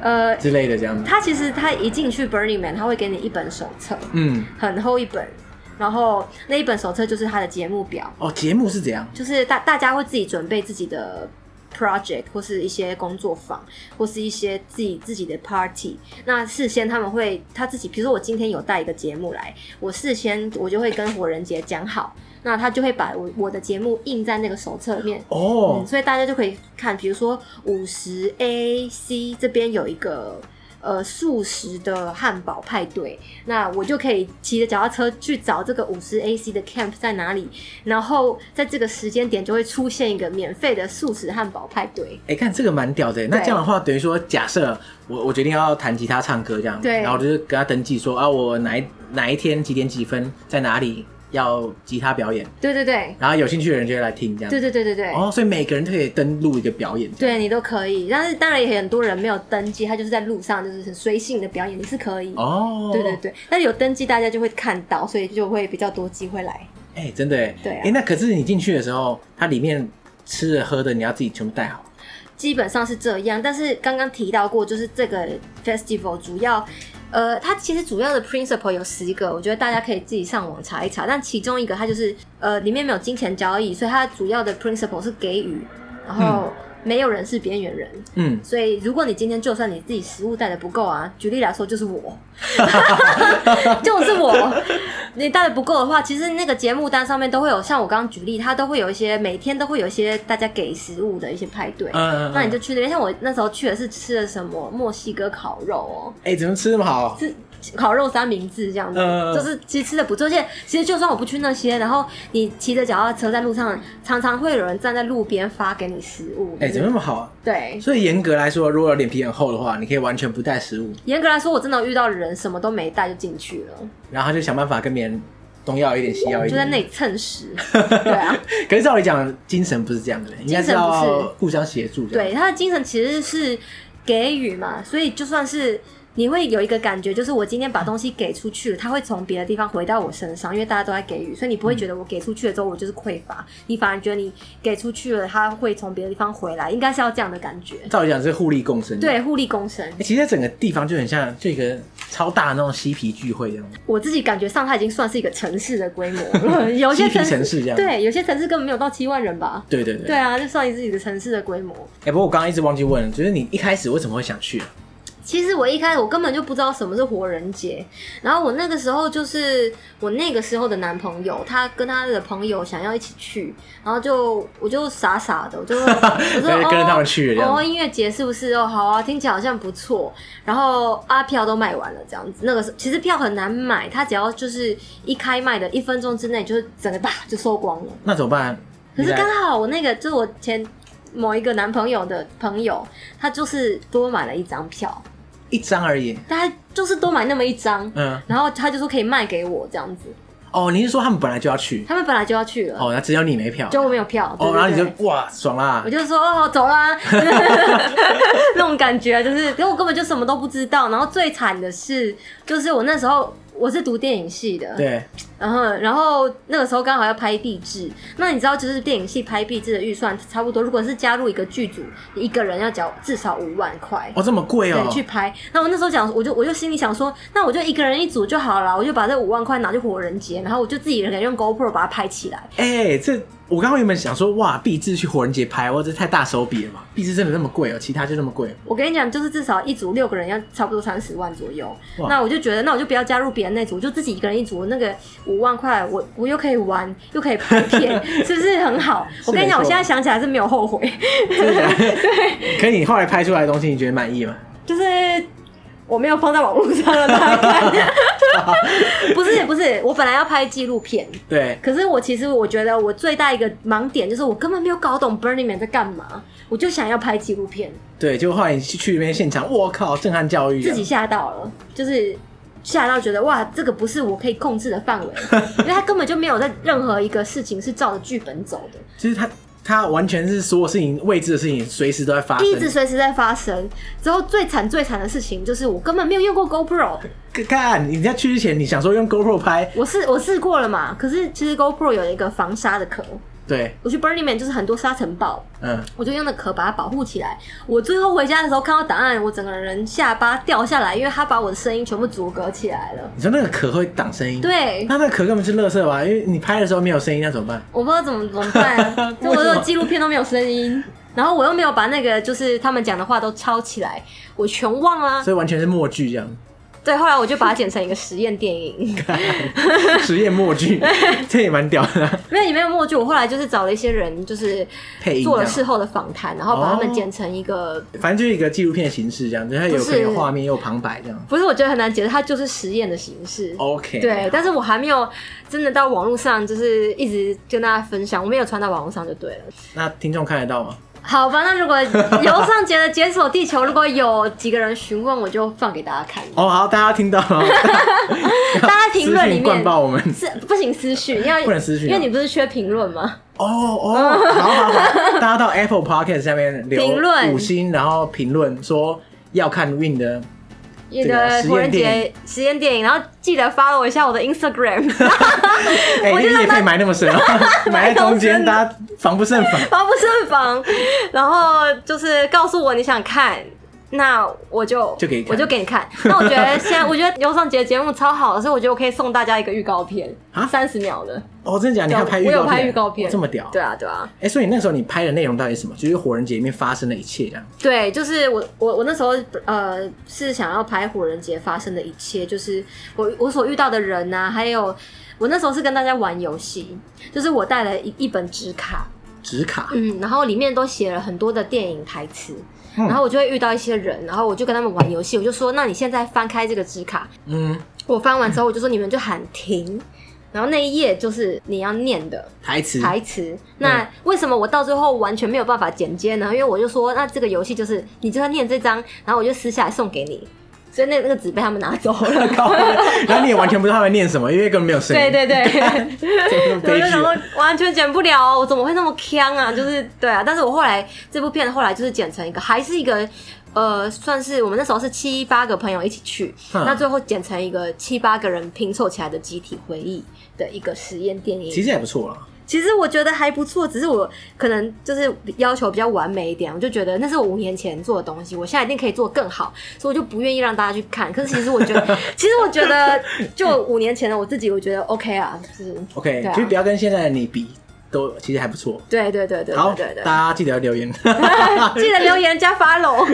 [SPEAKER 2] 呃，
[SPEAKER 1] 之类的这样子。
[SPEAKER 2] 他其实他一进去 Burning Man，他会给你一本手册，
[SPEAKER 1] 嗯，
[SPEAKER 2] 很厚一本，然后那一本手册就是他的节目表，
[SPEAKER 1] 哦，节目是怎样？
[SPEAKER 2] 就是大大家会自己准备自己的 project 或是一些工作坊，或是一些自己自己的 party。那事先他们会他自己，比如说我今天有带一个节目来，我事先我就会跟火人节讲好，那他就会把我我的节目印在那个手册里面。
[SPEAKER 1] 哦
[SPEAKER 2] 嗯，，所以大家就可以看，比如说五十 A C 这边有一个呃素食的汉堡派对，那我就可以骑着脚踏车去找这个五十 A C 的 camp 在哪里，然后在这个时间点就会出现一个免费的素食汉堡派对。
[SPEAKER 1] 哎、看这个蛮屌的耶。那这样的话，等于说，假设我我决定要弹吉他、唱歌这样，
[SPEAKER 2] 对
[SPEAKER 1] 然后我就是跟他登记说啊，我哪一哪一天几点几分在哪里要吉他表演，
[SPEAKER 2] 对对对，
[SPEAKER 1] 然后有兴趣的人就会来听这样。
[SPEAKER 2] 对对对对对。
[SPEAKER 1] 哦，所以每个人都可以登录一个表演。
[SPEAKER 2] 对你都可以，但是当然也很多人没有登记，他就是在路上就是很随性的表演，你是可以。
[SPEAKER 1] 哦，
[SPEAKER 2] 对对对，但是有登记大家就会看到，所以就会比较多机会来。
[SPEAKER 1] 哎、真的哎。
[SPEAKER 2] 对啊
[SPEAKER 1] 哎、那可是你进去的时候，它里面吃的喝的你要自己全部带好。
[SPEAKER 2] 基本上是这样，但是刚刚提到过，就是这个 festival 主要，呃，它其实主要的 principle 有十个，我觉得大家可以自己上网查一查。但其中一个它就是，呃，里面没有金钱交易，所以它主要的 principle 是给予，然后没有人是边缘人。
[SPEAKER 1] 嗯，
[SPEAKER 2] 所以，如果你今天就算你自己食物带的不够啊，举例来说就是我， 就是我，你带的不够的话，其实那个节目单上面都会有，像我刚刚举例，它都会有一些每天都会有一些大家给食物的一些派对。
[SPEAKER 1] 嗯嗯
[SPEAKER 2] 那你
[SPEAKER 1] 就
[SPEAKER 2] 就去那边，像我那时候去的是吃的什么墨西哥烤肉哦，
[SPEAKER 1] 哎、怎么吃那么好？
[SPEAKER 2] 是烤肉三明治这样子，
[SPEAKER 1] 嗯嗯嗯
[SPEAKER 2] 就是其实吃的不错。而且其实就算我不去那些，然后你骑着脚踏车在路上，常常会有人站在路边发给你食物。
[SPEAKER 1] 哎、
[SPEAKER 2] 就是
[SPEAKER 1] 怎么那么好、啊？
[SPEAKER 2] 对？
[SPEAKER 1] 所以严格来说，如果脸皮很厚的话，你可以完全不带食物，
[SPEAKER 2] 严格来说，我真的有遇到人什么都没带就进去了，
[SPEAKER 1] 然后就想办法跟别人东要一点西要一点，
[SPEAKER 2] 就在那里蹭 食。对啊，
[SPEAKER 1] 可是照理讲，精神不是这样的，应该是
[SPEAKER 2] 精神不
[SPEAKER 1] 要
[SPEAKER 2] 是
[SPEAKER 1] 互相协助这样。
[SPEAKER 2] 对，他的精神其实是给予嘛，所以就算是你会有一个感觉，就是我今天把东西给出去了，他会从别的地方回到我身上，因为大家都在给予，所以你不会觉得我给出去了之后我就是匮
[SPEAKER 1] 嗯
[SPEAKER 2] 乏，你反而觉得你给出去了，他会从别的地方回来，应该是要这样的感觉。
[SPEAKER 1] 照理讲是互利共生。
[SPEAKER 2] 对，互利共生。
[SPEAKER 1] 欸，其实整个地方就很像这个超大的那种嬉皮聚会这样，
[SPEAKER 2] 我自己感觉上，它已经算是一个城市的规模 了。有些
[SPEAKER 1] 嬉皮
[SPEAKER 2] 城
[SPEAKER 1] 城
[SPEAKER 2] 市，
[SPEAKER 1] 市这样。
[SPEAKER 2] 对，有些城市根本没有到七万人吧？
[SPEAKER 1] 对对对。
[SPEAKER 2] 对啊，就算是一个城市的规模。
[SPEAKER 1] 哎、不过我刚刚一直忘记问了，就是你一开始为什么会想去啊？
[SPEAKER 2] 其实我一开始我根本就不知道什么是活人节，然后我那个时候就是我那个时候的男朋友，他跟他的朋友想要一起去，然后就我就傻傻的，我 就我说
[SPEAKER 1] 跟着他们
[SPEAKER 2] 哦
[SPEAKER 1] 去了这样
[SPEAKER 2] 哦音乐节是不是哦好啊，听起来好像不错，然后啊票都卖完了这样子，那个时候其实票很难买，他只要就是一开卖的一分钟之内就是整个吧就收光了。
[SPEAKER 1] 那怎么办？
[SPEAKER 2] 可是
[SPEAKER 1] 你来
[SPEAKER 2] 刚好我那个就是我前某一个男朋友的朋友，他就是多买了一张票。
[SPEAKER 1] 一张而已。
[SPEAKER 2] 大家就是多买那么一张，
[SPEAKER 1] 嗯，
[SPEAKER 2] 然后他就说可以卖给我这样子。
[SPEAKER 1] 哦，你是说他们本来就要去？
[SPEAKER 2] 他们本来就要去了，
[SPEAKER 1] 哦，那只有你没票。
[SPEAKER 2] 就我没有票，对
[SPEAKER 1] 哦，
[SPEAKER 2] 对
[SPEAKER 1] 然后你
[SPEAKER 2] 对
[SPEAKER 1] 就哇爽啦
[SPEAKER 2] 我！就说哦好 走啦，那种感觉啊就是，因为我根本就什么都不知道。然后最惨的是，就是我那时候我是读电影系的，
[SPEAKER 1] 对，
[SPEAKER 2] 然后然后那个时候刚好要拍壁纸，那你知道就是电影系拍壁纸的预算差不多，如果是加入一个剧组，你一个人要缴至少五万块。
[SPEAKER 1] 哦，这么贵哦
[SPEAKER 2] 对，。去拍。那我那时候讲，我就我就心里想说，那我就一个人一组就好了，我就把这五万块拿去火人节，然后我就自己一个人用 GoPro 把它拍起来。
[SPEAKER 1] 哎、这我刚刚原本想说，哇，毕志去火人节拍，哇，这太大手笔了吧？毕志真的那么贵哦？其他就那么贵？
[SPEAKER 2] 我跟你讲，就是至少一组六个人要差不多三十万左右
[SPEAKER 1] 哇。
[SPEAKER 2] 那我就觉得，那我就不要加入别人那组，我就自己一个人一组，那个五万块，我我又可以玩，又可以拍片，是不是 很好？我跟你讲，
[SPEAKER 1] 没错
[SPEAKER 2] 我现在想起来是没有后悔，
[SPEAKER 1] 真的假的？对。可是你后来拍出来的东西，你觉得满意吗？
[SPEAKER 2] 就是我没有放在网络上让大家看。 不是不是，我本来要拍纪录片，
[SPEAKER 1] 对，
[SPEAKER 2] 可是我其实我觉得我最大一个盲点就是我根本没有搞懂 Burning Man 在干嘛，我就想要拍纪录片，
[SPEAKER 1] 对，就后来你去去那边现场，我靠，震撼教育、啊，
[SPEAKER 2] 自己吓到了，就是吓到觉得哇，这个不是我可以控制的范围，因为他根本就没有在任何一个事情是照着剧本走的，
[SPEAKER 1] 就是他他完全是所有事情未知的事情，随时都在发生，
[SPEAKER 2] 一直随时在发生。之后最惨最惨的事情就是我根本没有用过 GoPro，
[SPEAKER 1] 看你在去之前，你想说用 GoPro 拍，
[SPEAKER 2] 我试我试过了嘛，可是其实 GoPro 有一个防沙的壳，
[SPEAKER 1] 对，
[SPEAKER 2] 我去 Burning Man 就是很多沙尘暴，
[SPEAKER 1] 嗯，
[SPEAKER 2] 我就用那壳把它保护起来。我最后回家的时候看到档案，我整个人下巴掉下来，因为它把我的声音全部阻隔起来了。
[SPEAKER 1] 你说那个壳会挡声音，，
[SPEAKER 2] 对，
[SPEAKER 1] 那那个壳根本是垃圾吧？因为你拍的时候没有声音，那怎么办？，
[SPEAKER 2] 我不知道怎么怎么办、啊 就我
[SPEAKER 1] 为什么
[SPEAKER 2] 的纪录片都没有声音，然后我又没有把那个就是他们讲的话都抄起来，我全忘了啊。
[SPEAKER 1] 所以完全是默剧这样，
[SPEAKER 2] 对，后来我就把它剪成一个实验 电影，
[SPEAKER 1] 实验默 剧，这也蛮屌的啊，
[SPEAKER 2] 没有也没有默剧。我后来就是找了一些人，就是
[SPEAKER 1] 配音
[SPEAKER 2] 做
[SPEAKER 1] 这
[SPEAKER 2] 了
[SPEAKER 1] 样
[SPEAKER 2] 事。后的访谈，然后把他
[SPEAKER 1] 哦
[SPEAKER 2] 们剪成一个。
[SPEAKER 1] 反正就是一个纪录片的形式，这样，就是它有
[SPEAKER 2] 不是
[SPEAKER 1] 可能有画面，也有旁白这样。
[SPEAKER 2] 不是，我觉得很难解释，它就是实验的形式。
[SPEAKER 1] OK，
[SPEAKER 2] 对，但是我还没有真的到网络上，就是一直跟大家分享，我没有传到网络上就对了。
[SPEAKER 1] 那听众看得到吗？
[SPEAKER 2] 好吧，那如果游上节的解锁地球，如果有几个人询问，我就放给大家看。
[SPEAKER 1] 哦，好，大家听到 了，
[SPEAKER 2] 大家评论里
[SPEAKER 1] 私讯灌
[SPEAKER 2] 面
[SPEAKER 1] 爆我们。
[SPEAKER 2] 是不行私讯，要
[SPEAKER 1] 不能私讯啊
[SPEAKER 2] 因为你不是缺评论吗？
[SPEAKER 1] 哦哦，好好好，大家到 Apple Podcast 下面留
[SPEAKER 2] 评论
[SPEAKER 1] 五星，然后评论说要看 Win 的
[SPEAKER 2] 你
[SPEAKER 1] 这个啊
[SPEAKER 2] 的
[SPEAKER 1] 实验
[SPEAKER 2] 火人
[SPEAKER 1] 电
[SPEAKER 2] 节实验电影，然后记得 follow 一下我的 Instagram，
[SPEAKER 1] 哎、
[SPEAKER 2] 我
[SPEAKER 1] 你
[SPEAKER 2] 就让
[SPEAKER 1] 也可以埋那么深、哦， 埋在中间，
[SPEAKER 2] 埋到深
[SPEAKER 1] 大家防不胜防。
[SPEAKER 2] 防不胜防。然后就是告诉我你想看，那我就
[SPEAKER 1] 就给你看
[SPEAKER 2] 我就给你看。那我觉得现在我觉得尤尚杰节目超好的，所以我觉得我可以送大家一个预告片
[SPEAKER 1] 啊，
[SPEAKER 2] 三十秒的。
[SPEAKER 1] 哦，真的假的？你还拍预告
[SPEAKER 2] 我
[SPEAKER 1] 片？
[SPEAKER 2] 有拍预告片，
[SPEAKER 1] 哦这么屌？
[SPEAKER 2] 对啊，对啊，
[SPEAKER 1] 哎、所以那时候你拍的内容到底是什么？就是火人节里面发生的一切这样。
[SPEAKER 2] 对，就是我我我那时候呃是想要拍火人节发生的一切，就是我我所遇到的人呐、还有我那时候是跟大家玩游戏，就是我带了一一本纸卡，
[SPEAKER 1] 纸卡，
[SPEAKER 2] 嗯，然后里面都写了很多的电影台词，
[SPEAKER 1] 嗯
[SPEAKER 2] 然后我就会遇到一些人，然后我就跟他们玩游戏，我就说，那你现在翻开这个纸卡，
[SPEAKER 1] 嗯，
[SPEAKER 2] 我翻完之后我就说你们就喊停，然后那一页就是你要念的
[SPEAKER 1] 台词，
[SPEAKER 2] 台词。 那为什么我到最后完全没有办法剪接呢？因为我就说，那这个游戏就是你就要念这张，然后我就撕下来送给你，所以那那个纸被他们拿走了。
[SPEAKER 1] 靠然后你也完全不知道他们念什么，因啊为根本没有 声
[SPEAKER 2] 对
[SPEAKER 1] 音。
[SPEAKER 2] 对对。
[SPEAKER 1] 对，
[SPEAKER 2] 我
[SPEAKER 1] 悲
[SPEAKER 2] 就
[SPEAKER 1] 剧
[SPEAKER 2] 想
[SPEAKER 1] 了。
[SPEAKER 2] 说完全剪不了哦、我怎么会那么坑啊？就是对啊，但是我后来这部片后来就是剪成一个，还是一个呃，算是我们那时候是七八个朋友一起去，
[SPEAKER 1] 嗯
[SPEAKER 2] 那最后剪成一个七八个人拼凑起来的集体回忆的一个实验电影。
[SPEAKER 1] 其实也不错啊了。
[SPEAKER 2] 其实我觉得还不错，只是我可能就是要求比较完美一点，我就觉得那是我五年前做的东西，我现在一定可以做更好，所以我就不愿意让大家去看。可是其实我 觉得，其实我觉得就五年前的我自己，我觉得 OK 啊，就是。
[SPEAKER 1] OK，、
[SPEAKER 2] 对啊
[SPEAKER 1] 就是不要跟现在的你比，都其实还不错。
[SPEAKER 2] 对对对对
[SPEAKER 1] 好，
[SPEAKER 2] 对对对
[SPEAKER 1] 大，家记得留 言。
[SPEAKER 2] 记得留言加 follow。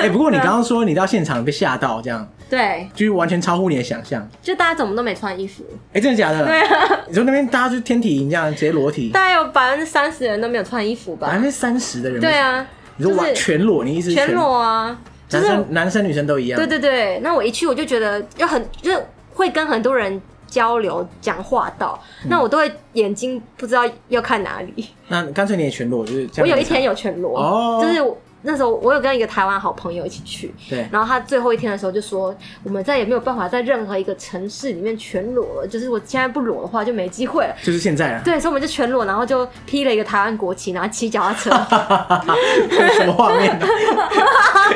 [SPEAKER 1] 哎、不过你刚刚说你到现场被吓到，这样
[SPEAKER 2] 对，
[SPEAKER 1] 就是完全超乎你的想象。
[SPEAKER 2] 就大家怎么都没穿衣服，
[SPEAKER 1] 哎、真的假的？
[SPEAKER 2] 对啊，
[SPEAKER 1] 你说那边大家就天体营这样直接裸体，
[SPEAKER 2] 大概有百分之三十人都没有穿衣服
[SPEAKER 1] 百
[SPEAKER 2] 吧
[SPEAKER 1] 分？之三十的人
[SPEAKER 2] 对，啊，
[SPEAKER 1] 你说完全裸，你意思是
[SPEAKER 2] 全裸啊，就
[SPEAKER 1] 男
[SPEAKER 2] 是
[SPEAKER 1] 生男生女生都一样，
[SPEAKER 2] 对对对。那我一去我就觉得就很就是会跟很多人交流讲话到，那我都会眼睛不知道要看哪里。
[SPEAKER 1] 那干脆你也全裸，就是这
[SPEAKER 2] 我
[SPEAKER 1] 样
[SPEAKER 2] 有一天有全
[SPEAKER 1] 哦嗯
[SPEAKER 2] 裸，就是我那时候我有跟一个台湾好朋友一起去，
[SPEAKER 1] 对，
[SPEAKER 2] 然后他最后一天的时候就说，我们再也没有办法在任何一个城市里面全裸了，就是我现在不裸的话就没机会了。
[SPEAKER 1] 就是现在啊，
[SPEAKER 2] 对，所以我们就全裸，然后就披了一个台湾国旗，然后骑脚踏车。
[SPEAKER 1] 什么画面啊？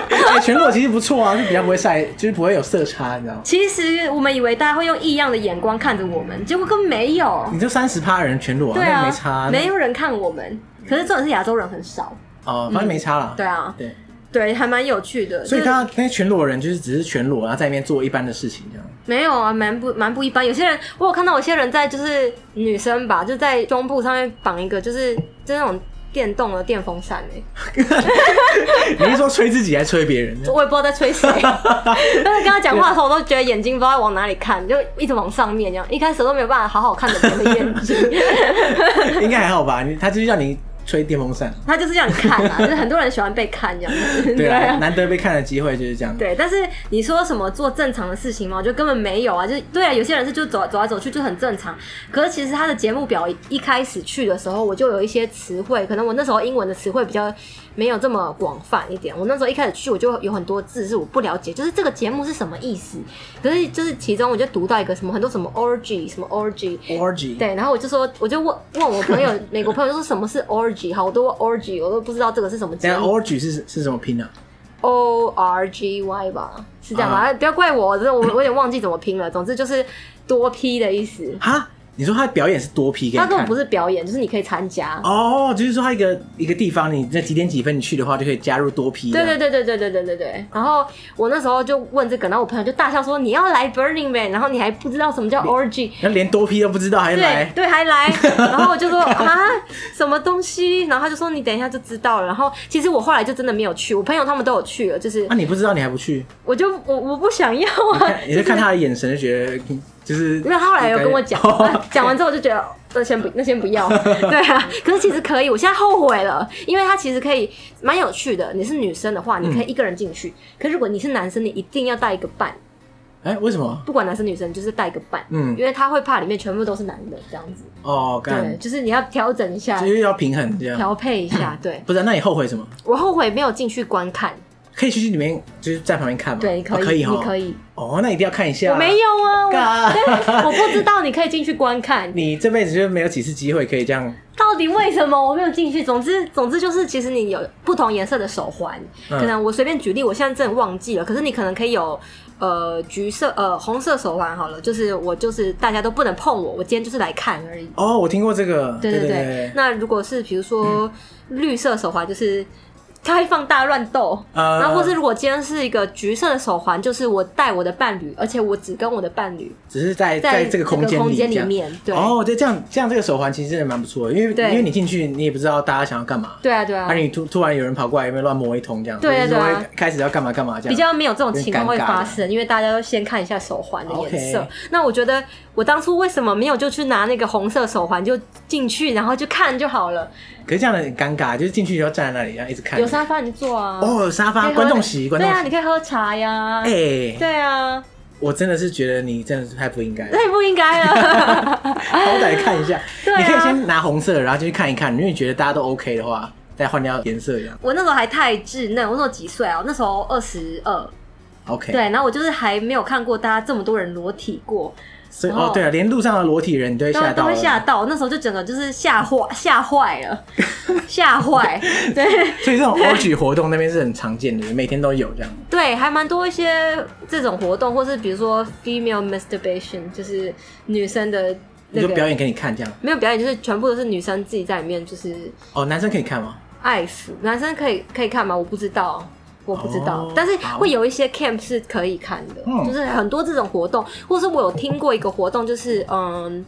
[SPEAKER 1] 哎，全裸其实不错啊，就比较不会晒，就是不会有色差，你知道吗？
[SPEAKER 2] 其实我们以为大家会用异样的眼光看着我们，结果根本没有。
[SPEAKER 1] 你这三十趴人全裸、
[SPEAKER 2] 对
[SPEAKER 1] 那
[SPEAKER 2] 啊，
[SPEAKER 1] 没差，那
[SPEAKER 2] 没有人看我们。可是重点是亚洲人很少，
[SPEAKER 1] 哦，反正没差啦。
[SPEAKER 2] 对啊，
[SPEAKER 1] 对，
[SPEAKER 2] 对，还蛮有趣的。
[SPEAKER 1] 所以
[SPEAKER 2] 就是
[SPEAKER 1] 他那些全裸人就是只是全裸，然后在那边做一般的事情这样。
[SPEAKER 2] 没有啊，蛮不蛮不一般。有些人我有看到，有些人在就是女生吧，就在胸部上面绑一个，就是就那种电动的电风扇 哎、
[SPEAKER 1] 你是说吹自己还是吹别人？
[SPEAKER 2] 我也不知道在吹谁。但是跟他讲话的时候，我都觉得眼睛不知道往哪里看，就一直往上面这样。一开始都没有办法好好看着别人的眼 睛，
[SPEAKER 1] 应该还好吧？你他就是让你吹电风扇，
[SPEAKER 2] 他就是让你看啊，就是很多人喜欢被看这样子。
[SPEAKER 1] 对啊，
[SPEAKER 2] 啊。
[SPEAKER 1] 难得被看的机会就是这样。
[SPEAKER 2] 对，但是你说什么做正常的事情吗？我觉得根本没有啊，就是对啊，有些人是就走走来走去就很正常。可是其实他的节目表一开始去的时候，我就有一些词汇，可能我那时候英文的词汇比较没有这么广泛一点。我那时候一开始去，我就有很多字是我不了解，就是这个节目是什么意思。可是就是其中我就读到一个什么很多什么 orgy 什么 orgy，
[SPEAKER 1] Orgy，
[SPEAKER 2] 对，然后我就说，我就问问我朋友，美国朋友就说什么是 orgy，好，我都问 orgy，我都不知道这个是什么
[SPEAKER 1] 等
[SPEAKER 2] 节
[SPEAKER 1] 下
[SPEAKER 2] 目。
[SPEAKER 1] orgy 是是什么拼啊？
[SPEAKER 2] O R G Y 吧，是这样吧？
[SPEAKER 1] 啊
[SPEAKER 2] 哎不要怪我，这我我 有点忘记怎么拼了。总之就是多批的意思。
[SPEAKER 1] 哈，你说他的表演是多批给你
[SPEAKER 2] 它根本
[SPEAKER 1] 看
[SPEAKER 2] 不？是表演，就是你可以参加。
[SPEAKER 1] 哦，就是说他一个一个地方，你在几点几分你去的话，就可以加入多批。
[SPEAKER 2] 对对，对对对对对对对。然后我那时候就问这个，然后我朋友就大笑说：“你要来 Burning Man，然后你还不知道什么叫 orgy。”
[SPEAKER 1] 然后连多批都不知道还
[SPEAKER 2] 对
[SPEAKER 1] 来，
[SPEAKER 2] 对，还来，然后我 就说啊，什么东西？然后他就说你等一下就知道了。然后其实我后来就真的没有去，我朋友他们都有去了，就是
[SPEAKER 1] 啊那、你不知道你还不去？
[SPEAKER 2] 我就我我不想要啊，
[SPEAKER 1] 你是看他的眼神就觉得嗯就是，
[SPEAKER 2] 因为他后来有跟我 讲，
[SPEAKER 1] 哦
[SPEAKER 2] 啊讲完之后我就觉得那先不那先不要， 对啊。可是其实可以，我现在后悔了，因为他其实可以蛮有趣的。你是女生的话，你
[SPEAKER 1] 嗯
[SPEAKER 2] 可以一个人进去；可是如果你是男生，你一定要带一个伴，
[SPEAKER 1] 哎、为什么？
[SPEAKER 2] 不管男生女生，就是带一个伴，
[SPEAKER 1] 嗯
[SPEAKER 2] 因为他会怕里面全部都是男的这样子。
[SPEAKER 1] 哦，
[SPEAKER 2] 对，
[SPEAKER 1] 干，
[SPEAKER 2] 就是你要调整一下
[SPEAKER 1] 就，是要平衡这样。
[SPEAKER 2] 调配一下。对
[SPEAKER 1] 不是、那你后悔什么？
[SPEAKER 2] 我后悔没有进去观看，
[SPEAKER 1] 可以去里面，就是在旁边看嘛。
[SPEAKER 2] 对，可
[SPEAKER 1] 哦
[SPEAKER 2] 以，
[SPEAKER 1] 可以哈，
[SPEAKER 2] 你可以，
[SPEAKER 1] 哦，那一定要看一下。
[SPEAKER 2] 我没有啊，我
[SPEAKER 1] 干，
[SPEAKER 2] 我不知道你可以进去观看。
[SPEAKER 1] 你这辈子就没有几次机会可以这样。
[SPEAKER 2] 到底为什么我没有进去？总之，总之就是，其实你有不同颜色的手环，
[SPEAKER 1] 嗯
[SPEAKER 2] 可能我随便举例，我现在真的忘记了。可是你可能可以有呃橘色呃红色手环好了，就是我就是大家都不能碰我，我今天就是来看而已。
[SPEAKER 1] 哦，我听过这个。
[SPEAKER 2] 对
[SPEAKER 1] 对
[SPEAKER 2] 对那如果是比如说绿色手环，就是开放大乱斗。
[SPEAKER 1] 呃，
[SPEAKER 2] 然后，或是如果今天是一个橘色的手环，就是我带我的伴侣，而且我只跟我的伴侣
[SPEAKER 1] 只是在
[SPEAKER 2] 在
[SPEAKER 1] 在这个空
[SPEAKER 2] 间
[SPEAKER 1] 间里这
[SPEAKER 2] 里
[SPEAKER 1] 样。
[SPEAKER 2] 面，对，
[SPEAKER 1] 哦，对，这样这样这个手环其实真的蛮不错的，因为
[SPEAKER 2] 对
[SPEAKER 1] 因为你进去你也不知道大家想要干嘛，
[SPEAKER 2] 对啊，对啊，
[SPEAKER 1] 而你突突然有人跑过来，有没有乱摸一通这样？
[SPEAKER 2] 对啊
[SPEAKER 1] 就是说
[SPEAKER 2] 对啊
[SPEAKER 1] 会开始要干嘛干嘛这样。
[SPEAKER 2] 比较没有这种情况会发
[SPEAKER 1] 有
[SPEAKER 2] 生，因为大家都先看一下手环的颜色
[SPEAKER 1] OK。
[SPEAKER 2] 那我觉得我当初为什么没有就去拿那个红色手环就进去，然后就看就好了？
[SPEAKER 1] 可是这样的很尴尬，就是进去就要站在那里，然后一直看。
[SPEAKER 2] 有沙发你就坐啊，
[SPEAKER 1] 哦，有沙
[SPEAKER 2] 可以
[SPEAKER 1] 发
[SPEAKER 2] 喝
[SPEAKER 1] 观众席，观众
[SPEAKER 2] 对啊，
[SPEAKER 1] 席。
[SPEAKER 2] 你可以喝茶呀，
[SPEAKER 1] 哎、
[SPEAKER 2] 对啊，
[SPEAKER 1] 我真的是觉得你真的是太不应 该了，
[SPEAKER 2] 那也不应该 啊了。
[SPEAKER 1] 好歹看一下。
[SPEAKER 2] 对啊
[SPEAKER 1] 你可以先拿红色的，然后进去看一看，如果你觉得大家都 OK 的话，再换掉颜色这样。
[SPEAKER 2] 我那时候还太稚嫩，我那时候几岁啊？我那时候二十二，
[SPEAKER 1] OK，，
[SPEAKER 2] 对，然后我就是还没有看过大家这么多人裸体过，
[SPEAKER 1] 所以
[SPEAKER 2] 然后
[SPEAKER 1] 哦，对了，连路上的裸体人你都会
[SPEAKER 2] 都
[SPEAKER 1] 吓
[SPEAKER 2] 都
[SPEAKER 1] 到
[SPEAKER 2] 会吓
[SPEAKER 1] 了，
[SPEAKER 2] 到，那时候就整个就是吓坏吓坏 了，吓坏，对。
[SPEAKER 1] 所以这种 orgy 活动那边是很常见的，每天都有这样。
[SPEAKER 2] 对，还蛮多一些这种活动，或是比如说 female masturbation，就是女生的
[SPEAKER 1] 你
[SPEAKER 2] 那
[SPEAKER 1] 就
[SPEAKER 2] 个
[SPEAKER 1] 表演给你看这样。
[SPEAKER 2] 没有表演，就是全部都是女生自己在里面就是
[SPEAKER 1] 哦，男生可以看吗？
[SPEAKER 2] 爱抚，男生可以可以看吗？我不知道。我不知道
[SPEAKER 1] 哦
[SPEAKER 2] 但是
[SPEAKER 1] 好
[SPEAKER 2] 会有一些 camp 是可以看的，
[SPEAKER 1] 嗯
[SPEAKER 2] 就是很多这种活动，或是我有听过一个活动，就是嗯，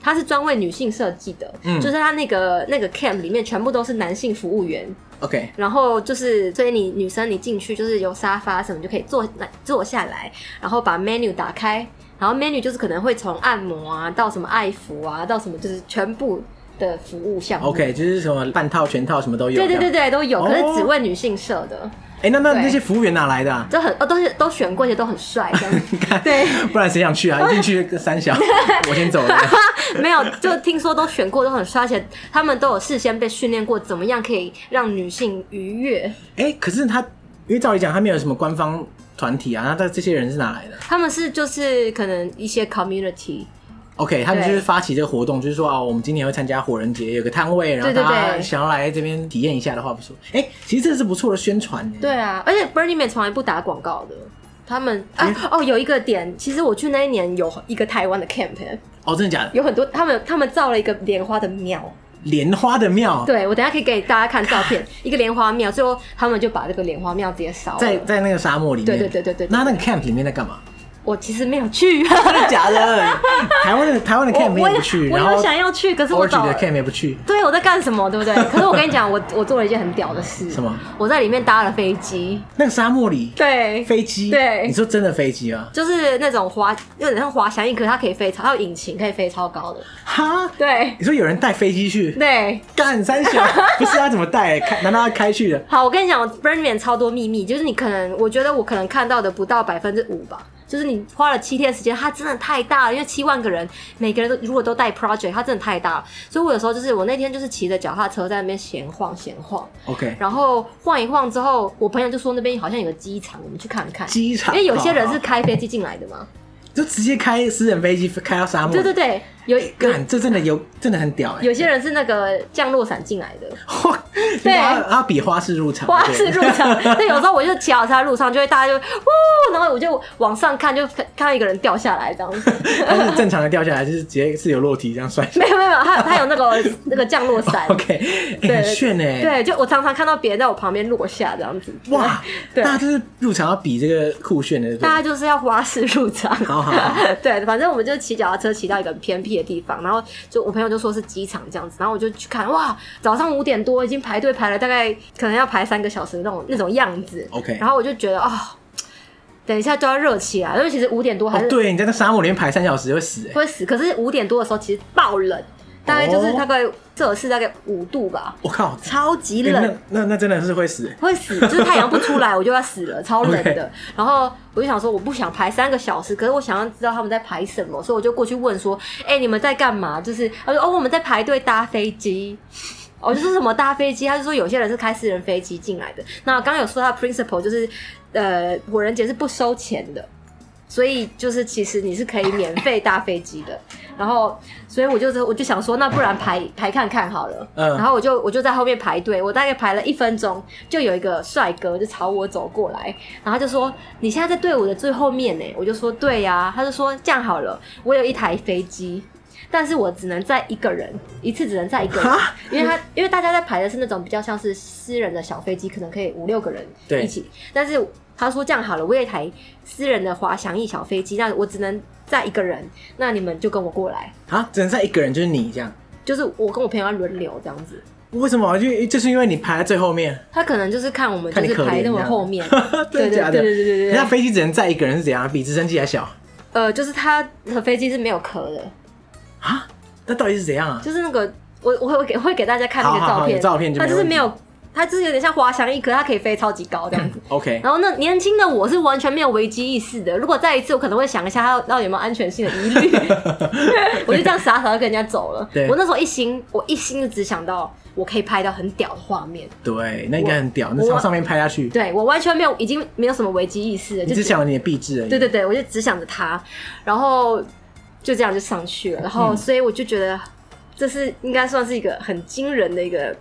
[SPEAKER 2] 它是专为女性设计的，
[SPEAKER 1] 嗯
[SPEAKER 2] 就是它那个那个 camp 里面全部都是男性服务员，
[SPEAKER 1] OK，
[SPEAKER 2] 然后就是，所以你女生你进去就是有沙发什么就可以坐来坐下来，然后把 menu 打开，然后 menu 就是可能会从按摩啊到什么爱抚啊到什么就是全部的服务项目。
[SPEAKER 1] OK，就是什么半套、全套什么都有。
[SPEAKER 2] 嗯对对对
[SPEAKER 1] 对。
[SPEAKER 2] 对，都有，
[SPEAKER 1] 哦
[SPEAKER 2] 可是只为女性设的，
[SPEAKER 1] 哎，那那
[SPEAKER 2] 对
[SPEAKER 1] 那些服务员哪来 的啊？
[SPEAKER 2] 都很哦，都是都选过，而且都很帅，这 样子对，
[SPEAKER 1] 不然谁想去啊？一进去三 小，我先走了。
[SPEAKER 2] 没有，就听说都选过，都很帅，而且他们都有事先被训练过，怎么样可以让女性愉悦。
[SPEAKER 1] 哎、可是他，因为照理讲，他没有什么官方团体啊，那他这些人是哪来的
[SPEAKER 2] 他们是就是可能一些 community，
[SPEAKER 1] ？OK，他们
[SPEAKER 2] 对
[SPEAKER 1] 就是发起这个活动，就是说哦，我们今年会参加火人节，有个摊位，然后
[SPEAKER 2] 对对对
[SPEAKER 1] 大家想要来这边体验一下的话，不错。哎、其实这是不错的宣传耶。
[SPEAKER 2] 对啊，而且 Burning Man 从来不打广告的。他们啊、
[SPEAKER 1] 哎
[SPEAKER 2] 哦，有一个点，其实我去那一年有一个台湾的 camp，
[SPEAKER 1] 哦，真的假的？
[SPEAKER 2] 有很多他们他们造了一个莲花的庙，
[SPEAKER 1] 莲花的庙，
[SPEAKER 2] 对我等一下可以给大家看照片，一个莲花庙，最后他们就把这个莲花庙直接烧了。
[SPEAKER 1] 在在那个沙漠里面。
[SPEAKER 2] 对对对对对对
[SPEAKER 1] 那那个 camp 里面在干嘛？
[SPEAKER 2] 我其实没 有去，
[SPEAKER 1] 真的假的？台湾的台湾的 camp
[SPEAKER 2] 我
[SPEAKER 1] 也不
[SPEAKER 2] 有
[SPEAKER 1] 去，
[SPEAKER 2] 我
[SPEAKER 1] 然
[SPEAKER 2] 有
[SPEAKER 1] 后
[SPEAKER 2] 想要去，可是我
[SPEAKER 1] orgy
[SPEAKER 2] 找
[SPEAKER 1] 的 camp 也不去。
[SPEAKER 2] 对我在干什么，对 不对？可是我跟你讲，我我做了一件很屌的事，
[SPEAKER 1] 什么？
[SPEAKER 2] 我在里面搭了飞机，
[SPEAKER 1] 那个沙漠里
[SPEAKER 2] 对，
[SPEAKER 1] 飞机，
[SPEAKER 2] 对
[SPEAKER 1] 你说真的飞机啊？
[SPEAKER 2] 就是那种滑，有点像滑翔翼，可是它可以飞超，它有引擎可以飞超高的，
[SPEAKER 1] 哈，
[SPEAKER 2] 对
[SPEAKER 1] 你说有人带飞机去？
[SPEAKER 2] 对。
[SPEAKER 1] 干三 小，不是他怎么带？开难道他开去的？
[SPEAKER 2] 好，我跟你讲我，Burn Man 超多秘密，就是你可能，我觉得我可能看到的不到百分之五吧。就是你花了七天时间，它真的太大了，因为七万个人，每个人都如果都带 project，它真的太大了。所以我有时候就是我那天就是骑着脚踏车在那边闲晃闲晃，
[SPEAKER 1] OK，
[SPEAKER 2] 然后晃一晃之后，我朋友就说那边好像有个机场，我们去看看。
[SPEAKER 1] 机
[SPEAKER 2] 因
[SPEAKER 1] 场，哦
[SPEAKER 2] 为有些人
[SPEAKER 1] 好
[SPEAKER 2] 是开飞机进来的嘛，
[SPEAKER 1] 就直接开私人飞机开到沙漠。
[SPEAKER 2] 对对对，有有
[SPEAKER 1] 哦干，这真的有，真的很屌 哎、
[SPEAKER 2] 有些人是那个降落伞进来的，
[SPEAKER 1] 哇，对他他比花式入场，
[SPEAKER 2] 花
[SPEAKER 1] 对
[SPEAKER 2] 式入场。但有时候我就骑脚踏路上，就会大家就呜，然后我就往上看，就看看到一个人掉下来这样子。
[SPEAKER 1] 他是正常的掉下来，就是直接自由落体这样 摔下
[SPEAKER 2] 没有没有，没有，他他有那个那个降落
[SPEAKER 1] 来。。
[SPEAKER 2] 伞
[SPEAKER 1] OK，哎、很炫哎、
[SPEAKER 2] 对，就我常常看到别人在我旁边落下这样子。
[SPEAKER 1] 哇，
[SPEAKER 2] 对
[SPEAKER 1] 大家就是入场要比这个酷炫的，对不对
[SPEAKER 2] 大家就是要花式入场。
[SPEAKER 1] 好好好
[SPEAKER 2] 对，反正我们就骑脚踏车骑到一个很偏僻的地方，然后就我朋友就说是机场这样子，然后我就去看，哇，早上五点多已经排队排了大概可能要排三个小时那种那种样子。
[SPEAKER 1] OK
[SPEAKER 2] 然后我就觉得哦，等一下就要热起来，因为其实五点多还
[SPEAKER 1] 哦，
[SPEAKER 2] 是
[SPEAKER 1] 对，你在那沙漠里面排三小时会死哎、
[SPEAKER 2] 会死，可是五点多的时候其实爆冷，大概
[SPEAKER 1] 哦
[SPEAKER 2] 就是大概摄氏大概五度吧，
[SPEAKER 1] 我靠，
[SPEAKER 2] 超级
[SPEAKER 1] 哎
[SPEAKER 2] 冷。
[SPEAKER 1] 那那那真的是会死、哎
[SPEAKER 2] 会死，就是太阳不出来，我就要死了，超冷
[SPEAKER 1] OK
[SPEAKER 2] 的。然后我就想说，我不想排三个小时，可是我想要知道他们在排什么，所以我就过去问说：“哎、你们在干嘛？”就是他说：“哦，我们在排队搭飞机。”哦我就说什么搭飞机，他就说有些人是开私人飞机进来的。那刚刚有说他的 principle 就是，呃，火人节是不收钱的，所以就是其实你是可以免费搭飞机的。然后，所以我就我就想说，那不然排排看看好了。
[SPEAKER 1] 嗯
[SPEAKER 2] 然后我就我就在后面排队，我大概排了一分钟，就有一个帅哥就朝我走过来，然后他就说：“你现在在队伍的最后面呢。”我就说：“对呀、他就说：“这样好了，我有一台飞机。”但是我只能载一个人，一次只能载一个人
[SPEAKER 1] 哈，
[SPEAKER 2] 因为他因为大家在排的是那种比较像是私人的小飞机，可能可以五六个人
[SPEAKER 1] 对
[SPEAKER 2] 一起。但是他说这样好了，我有一台私人的滑翔翼小飞机，那我只能载一个人，那你们就跟我过来，
[SPEAKER 1] 啊，只能在一个人，就是你这样。
[SPEAKER 2] 就是我跟我朋友要轮流这样子。
[SPEAKER 1] 为什么？就就是因为你排在最后面，
[SPEAKER 2] 他可能就是看我们就
[SPEAKER 1] 看你
[SPEAKER 2] 是
[SPEAKER 1] 可
[SPEAKER 2] 排
[SPEAKER 1] 怜
[SPEAKER 2] 那
[SPEAKER 1] 这
[SPEAKER 2] 么
[SPEAKER 1] 样，
[SPEAKER 2] 后面
[SPEAKER 1] 真的
[SPEAKER 2] 对对
[SPEAKER 1] 假
[SPEAKER 2] 对
[SPEAKER 1] 的？
[SPEAKER 2] 对对对
[SPEAKER 1] 那
[SPEAKER 2] 对，
[SPEAKER 1] 飞机只能载一个人是怎样？比直升机还小
[SPEAKER 2] 呃，就是他的飞机是没有壳的，
[SPEAKER 1] 啊？那到底是怎样啊？
[SPEAKER 2] 就是那个我我会给会给大家看那个
[SPEAKER 1] 好好
[SPEAKER 2] 照
[SPEAKER 1] 好有
[SPEAKER 2] 片，
[SPEAKER 1] 照片就
[SPEAKER 2] 它
[SPEAKER 1] 没
[SPEAKER 2] 就是
[SPEAKER 1] 问题
[SPEAKER 2] 没有，它就是有点像滑翔翼，可是它可以飞超级高这样子。
[SPEAKER 1] OK，
[SPEAKER 2] 然后那年轻的我是完全没有危机意识的，如果再一次，我可能会想一下他到底有没有安全性的疑虑，我就这样傻傻的跟人家走了
[SPEAKER 1] 对。
[SPEAKER 2] 我那时候一心，我一心就只想到我可以拍到很屌的画面，
[SPEAKER 1] 对，那应该很屌，那
[SPEAKER 2] 我
[SPEAKER 1] 从上面拍下去，
[SPEAKER 2] 对我完全没有，已经没有什么危机意识了，
[SPEAKER 1] 你
[SPEAKER 2] 就
[SPEAKER 1] 只想着你的壁纸而已。
[SPEAKER 2] 对对对，我就只想着他，然后就这样就上去了，然后
[SPEAKER 1] 嗯
[SPEAKER 2] 所以我就觉得这是应该算是一个很惊人的一个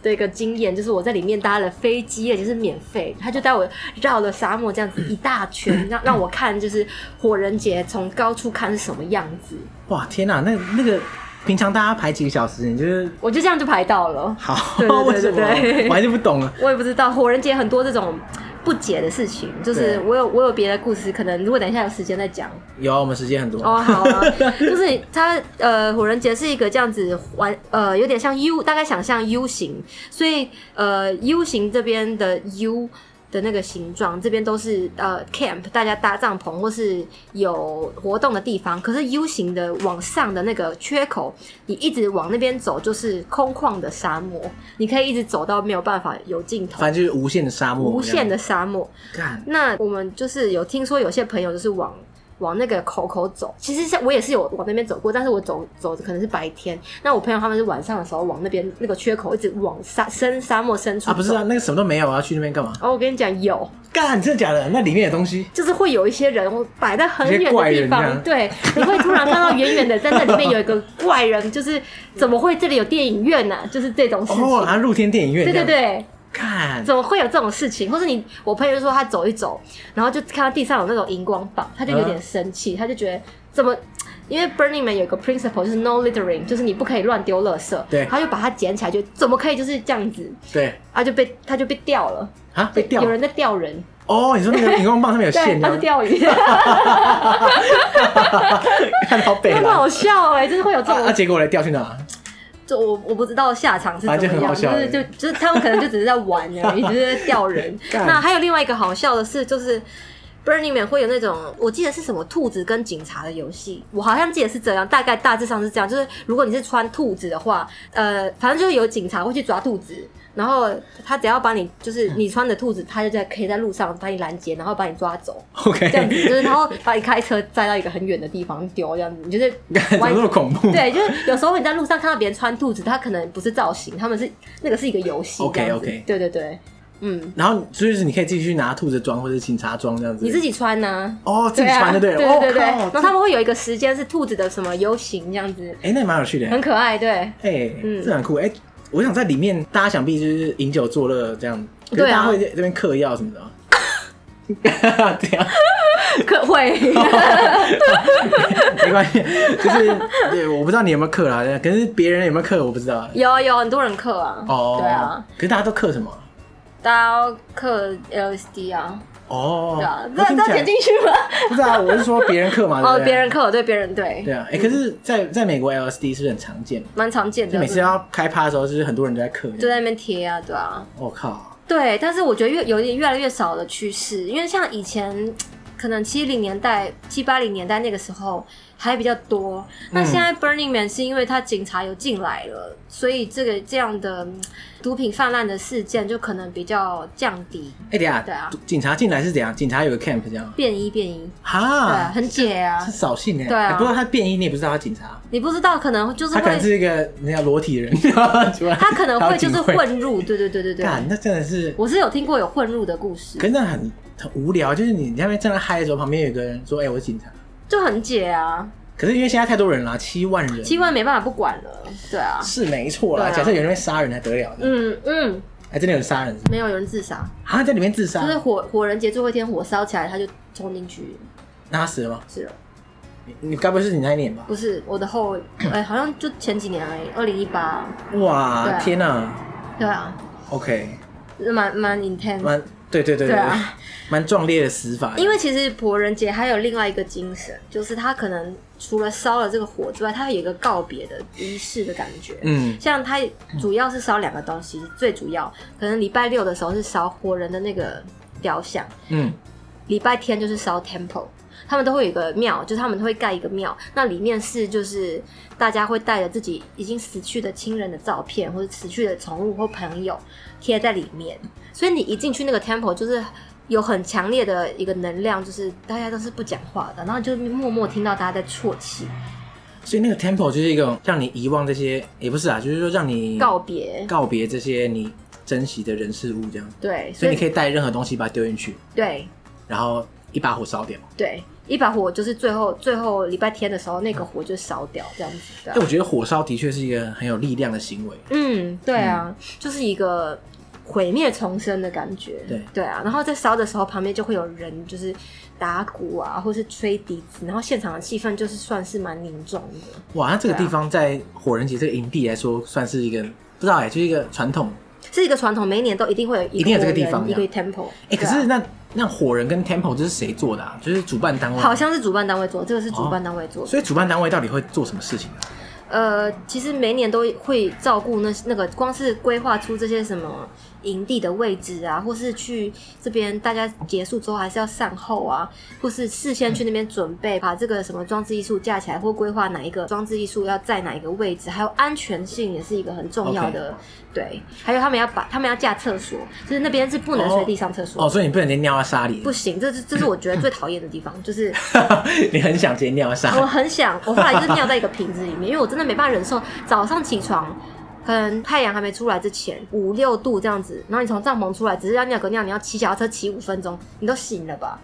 [SPEAKER 2] 的一个经验，就是我在里面搭了飞机，也就是免费，他就带我绕了沙漠这样子一大圈，让让我看就是火人节从高处看是什么样子，
[SPEAKER 1] 哇，天哪，那那个平常大家排几个小时，你就是
[SPEAKER 2] 我就这样就排到了，
[SPEAKER 1] 好，
[SPEAKER 2] 对对
[SPEAKER 1] 为什么
[SPEAKER 2] 对对对
[SPEAKER 1] 我还是不懂啊了。
[SPEAKER 2] 我也不知道火人节很多这种。不解的事情，就是
[SPEAKER 1] 对
[SPEAKER 2] 我有我有别的故事，可能如果等一下有时间再讲。
[SPEAKER 1] 有啊，我们时间很多。
[SPEAKER 2] 哦，好啊， 就是它呃，火人节是一个这样子玩，呃，有点像 U，大概想象 U 型，所以呃，U 型这边的 U 的那个形状，这边都是呃 camp，大家搭帐篷或是有活动的地方。可是 U 型的往上的那个缺口，你一直往那边走，就是空旷的沙漠，你可以一直走到没有办法有尽头，
[SPEAKER 1] 反正就是无限的沙漠，
[SPEAKER 2] 无限的沙漠。
[SPEAKER 1] 这样干。
[SPEAKER 2] 那我们就是有听说有些朋友就是往往那个口口走，其实像我也是有往那边走过，但是我走走的可能是白天，那我朋友他们是晚上的时候往那边那个缺口一直往沙深沙漠深处
[SPEAKER 1] 啊，不是
[SPEAKER 2] 走
[SPEAKER 1] 啊，那个什么都没有啊，去那边干嘛？
[SPEAKER 2] 哦，我跟你讲，有，
[SPEAKER 1] 干，真的假的？那里面有东西，
[SPEAKER 2] 就是会有一些人摆在很
[SPEAKER 1] 一些
[SPEAKER 2] 远
[SPEAKER 1] 怪
[SPEAKER 2] 的
[SPEAKER 1] 人
[SPEAKER 2] 地
[SPEAKER 1] 这
[SPEAKER 2] 方
[SPEAKER 1] 样，
[SPEAKER 2] 对， 你会突然看到远远的在那里面有一个怪人，就是怎么会这里有电影院呢、就是这种事情。
[SPEAKER 1] 哦，啊，露天电影院，
[SPEAKER 2] 对对，对，
[SPEAKER 1] 干，
[SPEAKER 2] 怎么会有这种事情？或是你，我朋友就说他
[SPEAKER 1] 嗯
[SPEAKER 2] 走一走，然后就看到地上有那种荧光棒，他就有点生气，他就觉得怎么。因为 Burning Man 有一个 principle 就是 no littering，就是你不可以乱丢垃圾。
[SPEAKER 1] 对
[SPEAKER 2] 他就把它捡起来，就怎么可以就是这样子
[SPEAKER 1] 对
[SPEAKER 2] 啊？就被他就被吊了，
[SPEAKER 1] 啊，被钓
[SPEAKER 2] 有人在吊人，
[SPEAKER 1] 哦，你说那个荧光棒上面有
[SPEAKER 2] 对，
[SPEAKER 1] 线，
[SPEAKER 2] 他是
[SPEAKER 1] 这样
[SPEAKER 2] 钓鱼，
[SPEAKER 1] 看到背
[SPEAKER 2] 很
[SPEAKER 1] 了
[SPEAKER 2] 好。笑哎、就是会有这
[SPEAKER 1] 啊
[SPEAKER 2] 种
[SPEAKER 1] 啊！结果嘞，掉去哪？
[SPEAKER 2] 就我我不知道下场是怎么
[SPEAKER 1] 反正很好
[SPEAKER 2] 样，就
[SPEAKER 1] 笑
[SPEAKER 2] 是就就是他们可能就只是在玩而 已，就是在吊人。
[SPEAKER 1] 干
[SPEAKER 2] 那还有另外一个好笑的是，就是 Burning Man 会有那种，我记得是什么兔子跟警察的游戏，我好像记得是这样，大概大致上是这样，就是如果你是穿兔子的话，呃，反正就是有警察会去抓兔子。然后他只要把你，就是你穿的兔子，他就在可以在路上把你拦截，然后把你抓走，这样子，
[SPEAKER 1] OK，
[SPEAKER 2] 就是然后把你开车载到一个很远的地方丢，这样子，你就是
[SPEAKER 1] 怎么那么恐怖？
[SPEAKER 2] 对，就是有时候你在路上看到别人穿兔子，他可能不是造型，他们是那个是一个游戏这
[SPEAKER 1] OK，
[SPEAKER 2] 样子。
[SPEAKER 1] OK
[SPEAKER 2] 对对对，嗯，
[SPEAKER 1] 然后所以就是你可以自己去拿兔子装或者警察装这样子。
[SPEAKER 2] 你自己穿呐、
[SPEAKER 1] 哦，自
[SPEAKER 2] 对
[SPEAKER 1] 己穿
[SPEAKER 2] 啊，
[SPEAKER 1] 就
[SPEAKER 2] 对
[SPEAKER 1] 了。
[SPEAKER 2] 对对对。
[SPEAKER 1] 哦
[SPEAKER 2] 然后他们会有一个时间是兔子的什么 U 型这样子，
[SPEAKER 1] 哎，那也蛮有趣的。
[SPEAKER 2] 很可爱，对。
[SPEAKER 1] 哎，
[SPEAKER 2] 嗯
[SPEAKER 1] 这很酷。哎，我想在里面，大家想必就是饮酒作乐这样。可是
[SPEAKER 2] 对啊
[SPEAKER 1] 大家会在这边嗑药什么的吗。 啊这样
[SPEAKER 2] 可会，
[SPEAKER 1] 没关系，就是对，我不知道你有没有嗑啦，可是别人有没有嗑我不知道。
[SPEAKER 2] 有有很多人嗑啊，
[SPEAKER 1] 哦，
[SPEAKER 2] 对啊，，
[SPEAKER 1] 可是大家都嗑什么？
[SPEAKER 2] 大家要嗑 LSD 啊，
[SPEAKER 1] 哦，
[SPEAKER 2] 对啊，
[SPEAKER 1] 我
[SPEAKER 2] 这
[SPEAKER 1] 听
[SPEAKER 2] 这
[SPEAKER 1] 起
[SPEAKER 2] 要
[SPEAKER 1] 来
[SPEAKER 2] 剪进去 吗？
[SPEAKER 1] 不是啊，我是说别人嗑嘛， 对不
[SPEAKER 2] 哦，
[SPEAKER 1] 对
[SPEAKER 2] 别人嗑，对别人对，
[SPEAKER 1] 对啊，哎、可是在，在美国 LSD 是不是很常见？
[SPEAKER 2] 蛮常见
[SPEAKER 1] 就
[SPEAKER 2] 的，
[SPEAKER 1] 每次
[SPEAKER 2] 嗯
[SPEAKER 1] 要开趴的时候，就是很多人都在嗑。
[SPEAKER 2] 就在那边贴啊，对啊，
[SPEAKER 1] 我、靠，
[SPEAKER 2] 对，但是我觉得越有点越来越少的趋势，因为像以前可能七零年代、七八零年代那个时候还比较多，那现
[SPEAKER 1] 嗯
[SPEAKER 2] 在 Burning Man 是因为他警察有进来了，所以这个这样的嗯毒品泛滥的事件就可能比较降低，
[SPEAKER 1] 哎、等一下，
[SPEAKER 2] 对啊
[SPEAKER 1] 警察进来是怎样？警察有个 camp 这样？
[SPEAKER 2] 便衣便衣，对啊，
[SPEAKER 1] 哈，
[SPEAKER 2] 很解啊
[SPEAKER 1] 是，扫兴哎、
[SPEAKER 2] 对啊
[SPEAKER 1] 哎不过他便衣，你也不知道他警察，
[SPEAKER 2] 你不知道可能就是
[SPEAKER 1] 他可能
[SPEAKER 2] 会
[SPEAKER 1] 是一个那叫裸体的人， 出来
[SPEAKER 2] 他可能会就是。
[SPEAKER 1] 然后警
[SPEAKER 2] 混入，对对对对对，
[SPEAKER 1] 干，那真的是，
[SPEAKER 2] 我是有听过有混入的故事
[SPEAKER 1] 可，是那很很无聊，就是你在那边正在嗨的时候，旁边有个人说：“哎、我是警察。
[SPEAKER 2] 就很解啊，”
[SPEAKER 1] 可是因为现在太多人了，啊七万人，
[SPEAKER 2] 七万没办法不管了，对啊，
[SPEAKER 1] 是没错啦。
[SPEAKER 2] 对啊
[SPEAKER 1] 假设有人会杀人还得了的，
[SPEAKER 2] 嗯嗯，
[SPEAKER 1] 还真的有人杀人是不是
[SPEAKER 2] 没有有人自杀。
[SPEAKER 1] 啊，在里面自杀，
[SPEAKER 2] 就是火火人节最后一天火烧起来，他就冲进去
[SPEAKER 1] 那他死了吗？
[SPEAKER 2] 是了，
[SPEAKER 1] 你你该不会是你那一年吧？
[SPEAKER 2] 不是我的后，哎、好像就前几年而已，二零一八，
[SPEAKER 1] 哇，
[SPEAKER 2] 对啊
[SPEAKER 1] 天哪、
[SPEAKER 2] 对啊，
[SPEAKER 1] o k
[SPEAKER 2] 蛮蛮 intense，
[SPEAKER 1] 蛮对对对
[SPEAKER 2] 对啊
[SPEAKER 1] 蛮壮烈的死法。
[SPEAKER 2] 因为其实火人节还有另外一个精神，就是他可能除了烧了这个火之外，他有一个告别的仪式的感觉。
[SPEAKER 1] 嗯，
[SPEAKER 2] 像他主要是烧两个东西，最主要可能礼拜六的时候是烧火人的那个雕像，
[SPEAKER 1] 嗯
[SPEAKER 2] 礼拜天就是烧 temple，他们都会有一个庙，就是他们会盖一个庙，那里面是就是大家会带着自己已经死去的亲人的照片，或者死去的宠物或朋友贴在里面，所以你一进去那个 temple 就是。有很强烈的一个能量，就是大家都是不讲话的，然后就默默听到大家在啜泣、
[SPEAKER 1] 所以那个 temple 就是一个让你遗忘这些，也不是啊，就是说让你
[SPEAKER 2] 告别，
[SPEAKER 1] 告别这些你珍惜的人事物这样。
[SPEAKER 2] 对，
[SPEAKER 1] 所
[SPEAKER 2] 所
[SPEAKER 1] 以
[SPEAKER 2] 以
[SPEAKER 1] 你可以带任何东西把它丢进去，
[SPEAKER 2] 对
[SPEAKER 1] 然后一把火烧掉。
[SPEAKER 2] 对，一把火就是最后最后礼拜天的时候，那个火就烧掉，这样子。对啊
[SPEAKER 1] 但哎我觉得火烧的确是一个很有力量的行为。
[SPEAKER 2] 嗯，对啊，就是一个毁灭重生的感觉。
[SPEAKER 1] 对
[SPEAKER 2] 啊，然后在烧的时候，旁边就会有人就是打鼓啊，或是吹笛子，然后现场的气氛就是算是蛮凝重的。
[SPEAKER 1] 哇，那这个
[SPEAKER 2] 对啊
[SPEAKER 1] 地方在火人节这个营地来说，算是一个不知道哎、就是一个传统。
[SPEAKER 2] 是一个传统，每一年都一定会有
[SPEAKER 1] 一
[SPEAKER 2] 一
[SPEAKER 1] 定有这个
[SPEAKER 2] 国人
[SPEAKER 1] 地方
[SPEAKER 2] 一
[SPEAKER 1] 这
[SPEAKER 2] 堆 temple。
[SPEAKER 1] 哎、可
[SPEAKER 2] 对
[SPEAKER 1] 是
[SPEAKER 2] 啊
[SPEAKER 1] 那、那火人跟 temple 这是谁做的啊？就是主办单位吗。
[SPEAKER 2] 好像是主办单位做，这个是
[SPEAKER 1] 哦
[SPEAKER 2] 主办单位做的。
[SPEAKER 1] 所以主办单位到底会做什么事情啊？
[SPEAKER 2] 呃，其实每一年都会照顾那那个，光是规划出这些什么营地的位置啊，或是去这边大家结束之后还是要善后啊，或是事先去那边准备，把这个什么装置艺术架起来，或规划哪一个装置艺术要在哪一个位置，还有安全性也是一个很重要的对。还有他们要把他们要架厕所，就是那边是不能随地上厕所。
[SPEAKER 1] 哦，所以你不能直接尿到沙里
[SPEAKER 2] 不，行，这是这是我觉得最讨厌的地方， 就是
[SPEAKER 1] 你很想直接尿到 沙
[SPEAKER 2] 我
[SPEAKER 1] 里。
[SPEAKER 2] 很想，我后来就是尿在一个瓶子里面，因为我真的没办法忍受早上起床，可能太阳还没出来之前五六度这样子，然后你从帐篷出来，只是要尿个尿，你要骑脚踏车骑五分钟，你都醒了吧？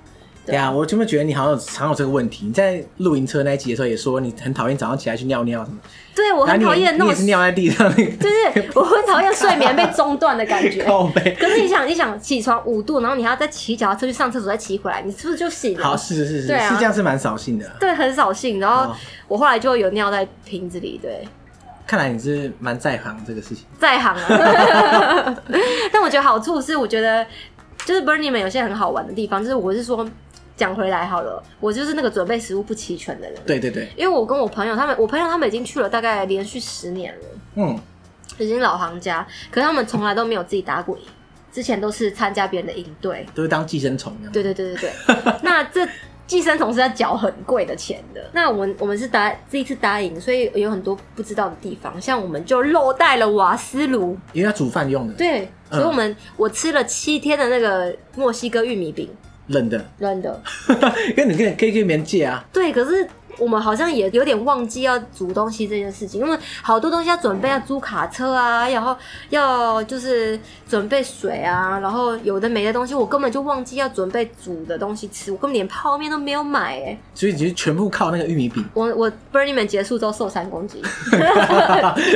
[SPEAKER 1] 对啊，我就会觉得你好像有常有这个问题。你在露营车那一集的时候也说你很讨厌早上起来去尿尿什么，
[SPEAKER 2] 对我很
[SPEAKER 1] 然后
[SPEAKER 2] 讨
[SPEAKER 1] 你也
[SPEAKER 2] 厌那
[SPEAKER 1] 你
[SPEAKER 2] 种
[SPEAKER 1] 也是尿在地 上那个
[SPEAKER 2] 就是我很讨厌睡眠被中断的感觉。
[SPEAKER 1] 靠背。
[SPEAKER 2] 可是你想，你想起床五度，然后你还要再骑脚踏车去上厕所，再骑回来，你是不是就醒了？
[SPEAKER 1] 好，是是是是，
[SPEAKER 2] 对啊
[SPEAKER 1] 是这样是蛮扫兴的啊。
[SPEAKER 2] 对，很扫兴。然后
[SPEAKER 1] 哦
[SPEAKER 2] 我后来就有尿在瓶子里，对，
[SPEAKER 1] 看来你是蛮在行这个事情。
[SPEAKER 2] 在行啊。 但我觉得好处是，我觉得就是 Burning Man 有些很好玩的地方，就是我是说，讲回来好了，我就是那个准备食物不齐全的人。
[SPEAKER 1] 对对对，
[SPEAKER 2] 因为我跟我朋友他们，我朋友他们已经去了大概连续十年了，
[SPEAKER 1] 嗯，
[SPEAKER 2] 已经老行家，可是他们从来都没有自己打过营，之前都是参加别人的营队。
[SPEAKER 1] 都是当寄生虫一样。
[SPEAKER 2] 对对对对对，那这寄生虫是要缴很贵的钱的。那我们我们是答这一次答应，所以有很多不知道的地方，像我们就漏带了瓦斯炉，
[SPEAKER 1] 因为要煮饭用的，
[SPEAKER 2] 对，所以我们、我吃了七天的那个墨西哥玉米饼，
[SPEAKER 1] 冷的，
[SPEAKER 2] 真的。
[SPEAKER 1] 跟你跟可以跟别人借啊。
[SPEAKER 2] 对，可是我们好像也有点忘记要煮东西这件事情，因为好多东西要准备，要租卡车啊，然后要就是准备水啊，然后有的没的东西，我根本就忘记要准备煮的东西吃，我根本连泡面都没有买哎、
[SPEAKER 1] 所以你就全部靠那个玉米 饼。
[SPEAKER 2] 我我 Burning Man 结束之后瘦三公斤，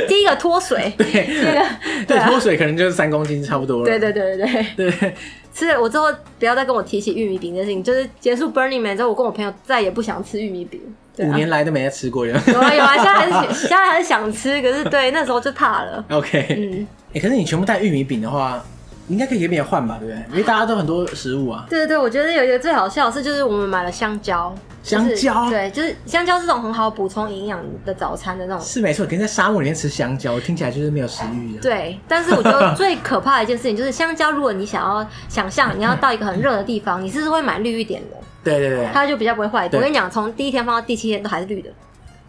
[SPEAKER 2] 第一个脱水，第二
[SPEAKER 1] 对
[SPEAKER 2] 个对
[SPEAKER 1] 对，
[SPEAKER 2] 啊
[SPEAKER 1] 脱水可能就是三公斤差不多了。
[SPEAKER 2] 对对对对对，
[SPEAKER 1] 对对，
[SPEAKER 2] 吃了我之后不要再跟我提起玉米饼这件事情，就是结束 Burning Man 之后，我跟我朋友再也不想吃玉米饼。对啊
[SPEAKER 1] 五年来都没再吃过了。
[SPEAKER 2] 有啊有啊，现在还是 现在还是想吃，可是对那时候就怕了。
[SPEAKER 1] OK，
[SPEAKER 2] 嗯，
[SPEAKER 1] 哎，可是你全部带玉米饼的话，应该可以给别人换吧，对不对？因为大家都很多食物啊，
[SPEAKER 2] 对对对，我觉得有一个最好笑的事就是我们买了香蕉，就是
[SPEAKER 1] 香蕉
[SPEAKER 2] 对，就是香蕉是种很好补充营养的早餐的那种。
[SPEAKER 1] 是没错。可是在沙漠里面吃香蕉，听起来就是没有食欲的。
[SPEAKER 2] 对，但是我觉得最可怕的一件事情就是香蕉，如果你想要想象你要到一个很热的地方，你是不是会买绿一点的，
[SPEAKER 1] 对对对，
[SPEAKER 2] 它就比较不会坏。
[SPEAKER 1] 对
[SPEAKER 2] 我跟你讲，从第一天放到第七天都还是绿的，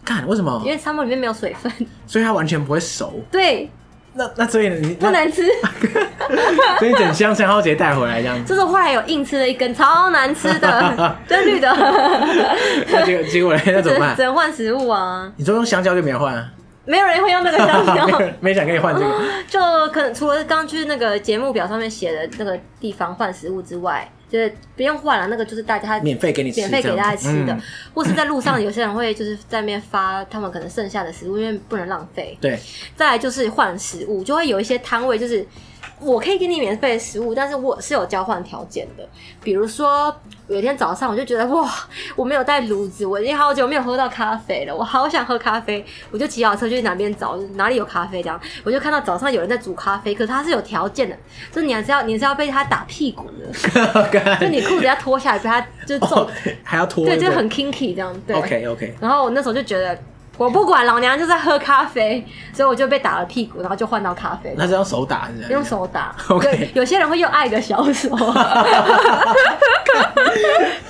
[SPEAKER 1] 看为什么
[SPEAKER 2] 因？为沙漠里面没有水分。
[SPEAKER 1] 所以它完全不会熟。
[SPEAKER 2] 对，
[SPEAKER 1] 那那所以你
[SPEAKER 2] 不，能吃。
[SPEAKER 1] 那所以整箱香蕉直接带回来这 样子。
[SPEAKER 2] 就是后来有硬吃了一根，超难吃 的，就是绿的。
[SPEAKER 1] 那结果结果嘞，那
[SPEAKER 2] 只
[SPEAKER 1] 怎么
[SPEAKER 2] 能
[SPEAKER 1] 办？
[SPEAKER 2] 只能换食物啊，
[SPEAKER 1] 你说用香蕉就没人换啊？
[SPEAKER 2] 没有人会用那个香
[SPEAKER 1] 没有
[SPEAKER 2] 蕉，
[SPEAKER 1] 人没人想跟你换这个。
[SPEAKER 2] 就可能除了刚去那个节目表上面写的那个地方换食物之外，就是不用换了，那个就是大家
[SPEAKER 1] 免费给你吃，
[SPEAKER 2] 免费给大家
[SPEAKER 1] 这样
[SPEAKER 2] 吃的
[SPEAKER 1] 嗯，
[SPEAKER 2] 或是在路上有些人会就是在那边发他们可能剩下的食物，因为不能浪费。
[SPEAKER 1] 对，
[SPEAKER 2] 再来就是换食物，就会有一些摊位就是。我可以给你免费的食物，但是我是有交换条件的。比如说，有一天早上我就觉得哇，我没有带炉子，我已经好久没有喝到咖啡了，我好想喝咖啡，我就骑小车去哪边找哪里有咖啡这样。我就看到早上有人在煮咖啡，可是他是有条件的，就是你还是要你是要被他打屁股的，就你裤子要脱下来被他就揍
[SPEAKER 1] 哦，还要拖，
[SPEAKER 2] 对，就很 kinky 这样。对
[SPEAKER 1] OK OK。
[SPEAKER 2] 然后我那时候就觉得，我不管，老娘就在喝咖啡，所以我就被打了屁股，然后就换到咖啡，
[SPEAKER 1] 那是用手打是不是？
[SPEAKER 2] 用手打。
[SPEAKER 1] OK
[SPEAKER 2] 对，有些人会用爱的小 手。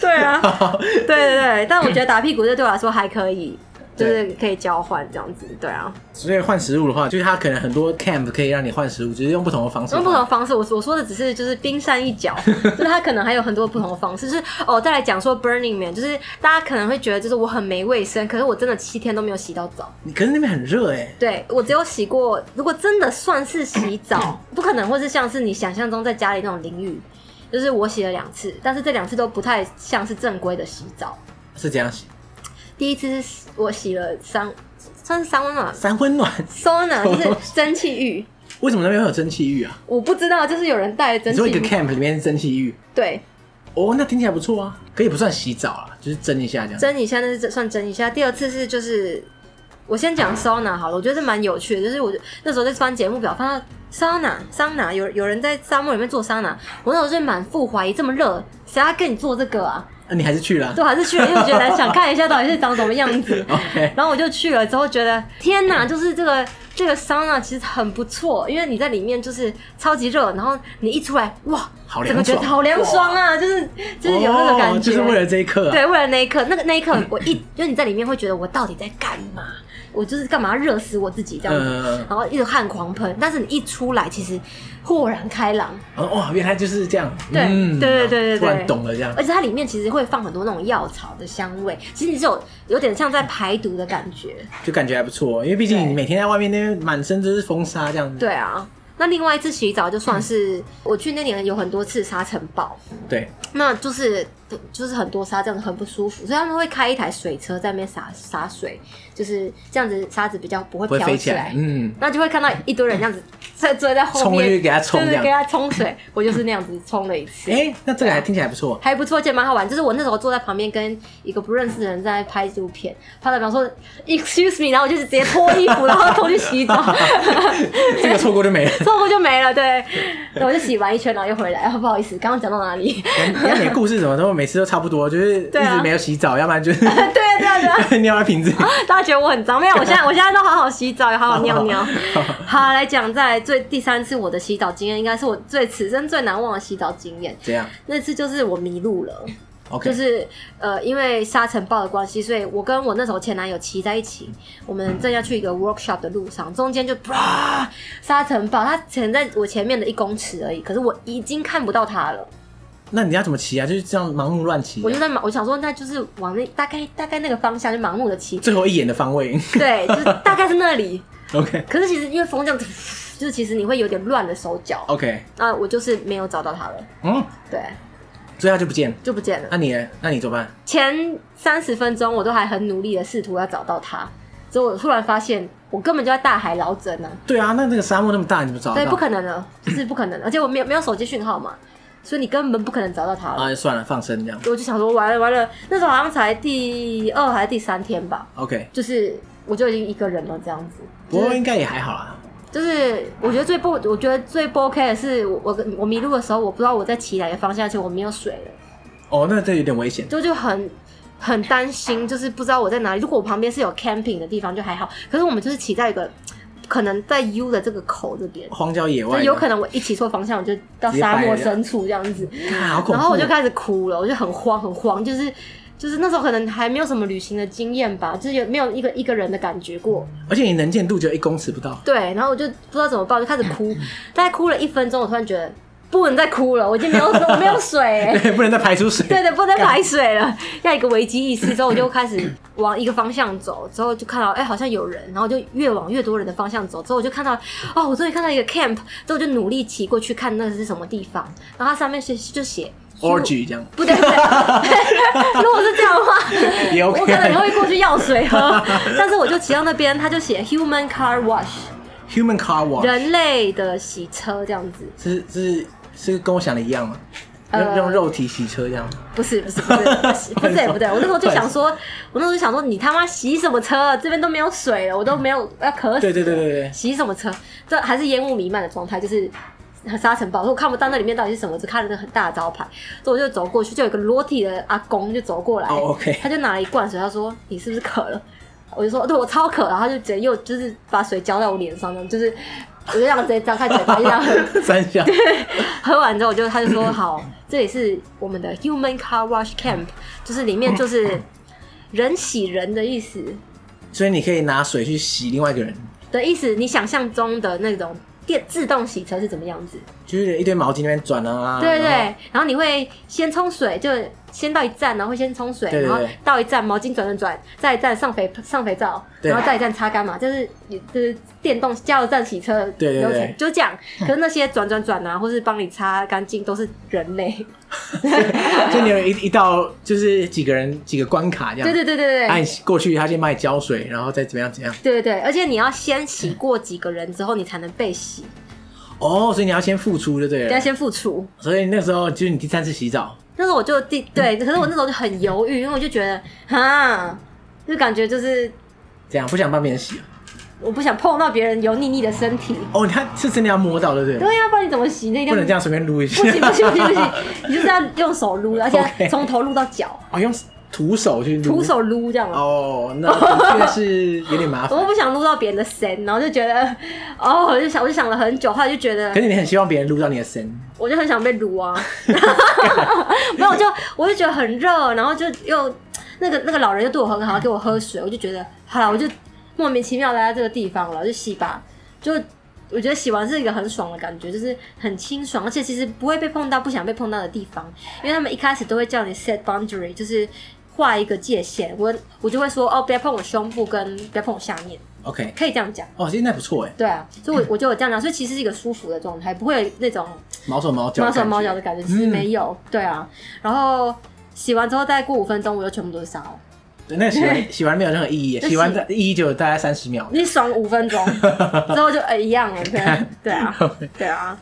[SPEAKER 2] 对啊，对对对，但我觉得打屁股这对我来说还可以，就是可以交换这样子。对啊，
[SPEAKER 1] 所以换食物的话，就是它可能很多 camp 可以让你换食物，只是用不同的方式。
[SPEAKER 2] 用不同的方式，我我说的只是就是冰山一 角，就是他可能还有很多不同的方式。就是哦，再来讲说 Burning Man，就是大家可能会觉得就是我很没卫生，可是我真的七天都没有洗到澡。
[SPEAKER 1] 你可是那边很热哎、
[SPEAKER 2] 对我只有洗过，如果真的算是洗 澡，不可能会是像是你想象中在家里那种淋浴，就是我洗了两次，但是这两次都不太像是正规的洗澡。
[SPEAKER 1] 是这样洗，
[SPEAKER 2] 第一次是我洗了三，算是三温暖
[SPEAKER 1] 三温暖。
[SPEAKER 2] sauna，就是蒸汽浴。
[SPEAKER 1] 为什么那边会有蒸汽浴啊？
[SPEAKER 2] 我不知道，就是有人带
[SPEAKER 1] 你
[SPEAKER 2] 蒸
[SPEAKER 1] 说
[SPEAKER 2] 汽
[SPEAKER 1] 一个
[SPEAKER 2] 浴，
[SPEAKER 1] camp 里面是蒸汽浴，
[SPEAKER 2] 对，
[SPEAKER 1] 哦，那听起来不错啊，可也不算洗澡啊，就是蒸一下这样。
[SPEAKER 2] 蒸一下，那是算蒸一下。第二次是就是我先讲 sauna 好了，我觉得这蛮有趣的，就是我那时候在翻节目表，翻到 sauna sauna 有有人在沙漠里面做 sauna，我那时候就满腹怀疑，这么热，谁要跟你做这个啊？
[SPEAKER 1] 啊，你还是去了啊、。
[SPEAKER 2] 所以我还是去了，因为我觉得想看一下到底是长什么样子
[SPEAKER 1] OK，
[SPEAKER 2] 然后我就去了之后，觉得天哪，就是这个这个 sauna 其实很不错，因为你在里面就是超级热，然后你一出来，哇，
[SPEAKER 1] 好
[SPEAKER 2] 整个
[SPEAKER 1] 凉
[SPEAKER 2] 觉得
[SPEAKER 1] 爽，
[SPEAKER 2] 好凉爽啊，就是就是有那个感觉，
[SPEAKER 1] 哦就是为了这一刻、啊。
[SPEAKER 2] 对，为了那一刻，那个那一刻，我一就是你在里面会觉得我到底在干嘛？我就是干嘛热死我自己这样子，
[SPEAKER 1] 嗯
[SPEAKER 2] 然后一直汗狂喷。但是你一出来，其实豁然开朗，
[SPEAKER 1] 哦，哇，原来就是这样。嗯
[SPEAKER 2] 对对对对对对
[SPEAKER 1] 突然懂了这样。
[SPEAKER 2] 而且它里面其实会放很多那种药草的香味，其实你是有有点像在排毒的感觉。
[SPEAKER 1] 就感觉还不错，因为毕竟
[SPEAKER 2] 对
[SPEAKER 1] 你每天在外面那边满身都是风沙这样子。
[SPEAKER 2] 对啊，那另外一次洗澡就算是、我去那年有很多次沙尘暴，
[SPEAKER 1] 对，
[SPEAKER 2] 那就是就是很多沙，这样很不舒服，所以他们会开一台水车在那边洒洒水，就是这样子沙子比较不会
[SPEAKER 1] 不会
[SPEAKER 2] 飘
[SPEAKER 1] 飞
[SPEAKER 2] 起
[SPEAKER 1] 起
[SPEAKER 2] 来
[SPEAKER 1] 来，。嗯，
[SPEAKER 2] 那就会看到一堆人这样子在坐在后
[SPEAKER 1] 冲
[SPEAKER 2] 面，
[SPEAKER 1] 去给他冲
[SPEAKER 2] 就
[SPEAKER 1] 这
[SPEAKER 2] 是给
[SPEAKER 1] 样。
[SPEAKER 2] 他冲水， 我就是那样子冲了一次。
[SPEAKER 1] 哎，那这个还听起来不 错，
[SPEAKER 2] 还不错，而且蛮好玩。就是我那时候坐在旁边，跟一个不认识的人在拍纪录片，拍到比方说 “excuse me”，然后我就是直接脱衣服，然后冲去洗澡，
[SPEAKER 1] 这个错过就没了。
[SPEAKER 2] 错过就没了。对，对我就洗完一圈，然后又回来。啊，不好意思，刚刚讲到哪里？
[SPEAKER 1] 你看你的故事怎么都每次都差不多，就是一
[SPEAKER 2] 对啊
[SPEAKER 1] 直没有洗澡，要不然就是
[SPEAKER 2] 对啊，对啊，对啊。
[SPEAKER 1] 尿在瓶子里。
[SPEAKER 2] 大家觉得我很脏？没有，我现 在我现在都好好洗澡，也好好哦尿尿。 好，来讲在最第三次我的洗澡经验，应该是我最此生最难忘的洗澡经验。
[SPEAKER 1] 这样
[SPEAKER 2] 那次就是我迷路了，
[SPEAKER 1] ，OK，
[SPEAKER 2] 就是呃，因为沙尘暴的关系，所以我跟我那时候前男友骑在一起，我们正要去一个 workshop 的路上，中间就啪沙尘暴，它潜在我前面的一公尺而已，可是我已经看不到它了。
[SPEAKER 1] 那你要怎么骑啊？就是这样盲目乱骑啊
[SPEAKER 2] 我，就在忙，我想说，那就是往那大概大概那个方向就盲目 的骑，
[SPEAKER 1] 最后一眼的方位
[SPEAKER 2] 对，就是大概是那里。
[SPEAKER 1] ，OK
[SPEAKER 2] 可是其实因为风这样子， 就是其实你会有点乱了手脚。
[SPEAKER 1] OK，
[SPEAKER 2] 那、我就是没有找到他了，
[SPEAKER 1] 嗯，
[SPEAKER 2] 对，
[SPEAKER 1] 所以他就不见。
[SPEAKER 2] 就不见了。
[SPEAKER 1] 那你呢？那你怎么办？
[SPEAKER 2] 前三十分钟我都还很努力的试图要找到他，结果我突然发现我根本就在大海捞针呢、
[SPEAKER 1] 对啊，那那个沙漠那么大，你怎么找得
[SPEAKER 2] 对，
[SPEAKER 1] 到？
[SPEAKER 2] 不可能的，就是不可能的，而且我没有没有手机讯号嘛，所以你根本不可能找到他了。
[SPEAKER 1] 啊，算了，放生这样。
[SPEAKER 2] 我就想说，完了完了，那时候好像才第二还是第三天吧，
[SPEAKER 1] OK，
[SPEAKER 2] 就是我就已经一个人了这样子。
[SPEAKER 1] 不过应该也还好啊啦。
[SPEAKER 2] 就是我觉得最不，我觉得最不 OK 的是我我我迷路的时候，我不知道我在骑哪个方向，而且我没有水了，
[SPEAKER 1] 哦，那这有点危险。
[SPEAKER 2] 就就很很担心，就是不知道我在哪里。如果我旁边是有 camping 的地方就还好，可是我们就是骑在一个可能在 U 的这个口这边，
[SPEAKER 1] 荒郊野
[SPEAKER 2] 就
[SPEAKER 1] 外的，
[SPEAKER 2] 有可能我一骑错方向，我就到沙漠深处这样子，
[SPEAKER 1] 啊，好恐怖哦。
[SPEAKER 2] 然后我就开始哭了，我就很慌很慌，就是。就是那时候可能还没有什么旅行的经验吧，就是有没有一个一个人的感觉过，
[SPEAKER 1] 而且你能见度只有一公尺不到，
[SPEAKER 2] 对，然后我就不知道怎么办，我就开始 哭，大概哭了一分钟，我突然觉得不能再哭了，我已经没有 我没有水、 欸，
[SPEAKER 1] 对，不能再排出水。
[SPEAKER 2] 对的，不能排水了，要一个危机意识之后，我就开始往一个方向走，之后就看到哎、好像有人，然后就越往越多人的方向走，之后我就看到哦我终于看到一个 camp，之后我就努力骑过去看那是什么地方，然后它上面是就写
[SPEAKER 1] orgy 这样
[SPEAKER 2] 不对不对，如果是这样的话，
[SPEAKER 1] 也
[SPEAKER 2] 我可
[SPEAKER 1] OK。
[SPEAKER 2] 能会过去要水喝，但是我就骑到那边，他就写 human car wash。
[SPEAKER 1] Human car wash
[SPEAKER 2] 人类的洗车这样子，
[SPEAKER 1] 是是是跟我想的一样吗？用
[SPEAKER 2] 呃
[SPEAKER 1] 用肉体洗车这样，
[SPEAKER 2] 不是不是不 是不是不对不对，我那时候就想说，我那时候就想说，你他妈洗什么车？这边都没有水了，我都没有要渴死。
[SPEAKER 1] 对对对对 对
[SPEAKER 2] 洗什么车？这还是烟雾弥漫的状态，就是沙尘暴，所以我看不到那里面到底是什么，只看到那个很大的招牌。所以我就走过去，就有一个裸体的阿公就走过来、
[SPEAKER 1] 哦，OK
[SPEAKER 2] 他就拿了一罐水，他说：“你是不是渴了？”我就说：“对，我超渴。”然后他就直接又就是把水浇在我脸上，这样就是我就这样直接张开嘴巴，就这样喝。
[SPEAKER 1] 对， 三下。
[SPEAKER 2] 喝完之后，我就他就 说好，这里是我们的 Human Car Wash Camp，就是里面就是人洗人的意思
[SPEAKER 1] 所以你可以拿水去洗另外一个人，
[SPEAKER 2] 的意思，你想象中的那种电自动洗车是怎么样子？
[SPEAKER 1] 就是一堆毛巾那边转啊，
[SPEAKER 2] 对对对
[SPEAKER 1] 然后，
[SPEAKER 2] 然后你会先冲水，就先到一站，然后会先冲水，
[SPEAKER 1] 对对对
[SPEAKER 2] 然后到一站毛巾转转转，再一站上肥上肥皂，
[SPEAKER 1] 对
[SPEAKER 2] 然后再一站擦干嘛，就是就是电动加油站洗车的流程，
[SPEAKER 1] 对对对
[SPEAKER 2] 就这样。可是那些转转转啊，或是帮你擦干净，都是人类。
[SPEAKER 1] 就你有一一道就是几个人几个关卡这样，啊
[SPEAKER 2] 对对对对对，
[SPEAKER 1] 按过去他先帮你浇水，然后再怎么样怎么样。
[SPEAKER 2] 对对对，而且你要先洗过几个人之后，你才能被洗，
[SPEAKER 1] 哦，所以你要先付出就对
[SPEAKER 2] 你要
[SPEAKER 1] 了。
[SPEAKER 2] 先付出。
[SPEAKER 1] 所以那时候就是你第三次洗澡，
[SPEAKER 2] 那时候我就
[SPEAKER 1] 嗯
[SPEAKER 2] 第对，可是我那时候就很犹豫，因为我就觉得哈，就感觉就是
[SPEAKER 1] 这样不想帮别人洗啊
[SPEAKER 2] 我不想碰到别人油腻腻的身体。
[SPEAKER 1] 哦，你看是真的要摸到对不对？
[SPEAKER 2] 对呀、不然你怎么洗？那一
[SPEAKER 1] 不
[SPEAKER 2] 定要
[SPEAKER 1] 能这样随便撸一下，
[SPEAKER 2] 不行不行不行不行，你就是要用手撸，而且
[SPEAKER 1] OK
[SPEAKER 2] 从头撸到脚，
[SPEAKER 1] 哦，用徒手去撸，
[SPEAKER 2] 徒手撸这样。
[SPEAKER 1] 哦，那的确是有点麻
[SPEAKER 2] 我
[SPEAKER 1] 烦。
[SPEAKER 2] 又不想撸到别人的身，然后就觉得，哦，我就想，我就想了很久，后来就觉得
[SPEAKER 1] 可，是你很希望别人撸到你的身，
[SPEAKER 2] 我就很想被撸啊，没有，我就我就觉得很热，然后就又那个那个老人又对我很好，给我喝水，我就觉得好了，我就莫名其妙来到这个地方了，就洗吧，就我觉得洗完是一个很爽的感觉，就是很清爽，而且其实不会被碰到不想被碰到的地方，因为他们一开始都会叫你 set boundary，就是画一个界限，我我就会说哦，不要碰我胸部跟不要碰我下面，
[SPEAKER 1] OK，
[SPEAKER 2] 可以这样讲。
[SPEAKER 1] 哦，其实那不错哎，
[SPEAKER 2] 对啊，所以我我觉得我这样讲，所以其实是一个舒服的状态，不会有那种
[SPEAKER 1] 毛手毛脚，
[SPEAKER 2] 猫手猫脚，的感觉，其实没
[SPEAKER 1] 嗯
[SPEAKER 2] 有。对啊，然后洗完之后再过五分钟，我又全部都是沙哦。
[SPEAKER 1] 对那个洗完洗完没有任何意 义，
[SPEAKER 2] 那洗
[SPEAKER 1] 洗完的意义就大概三十秒。
[SPEAKER 2] 你爽五分 钟之后就哎、一样了，对对啊，对啊。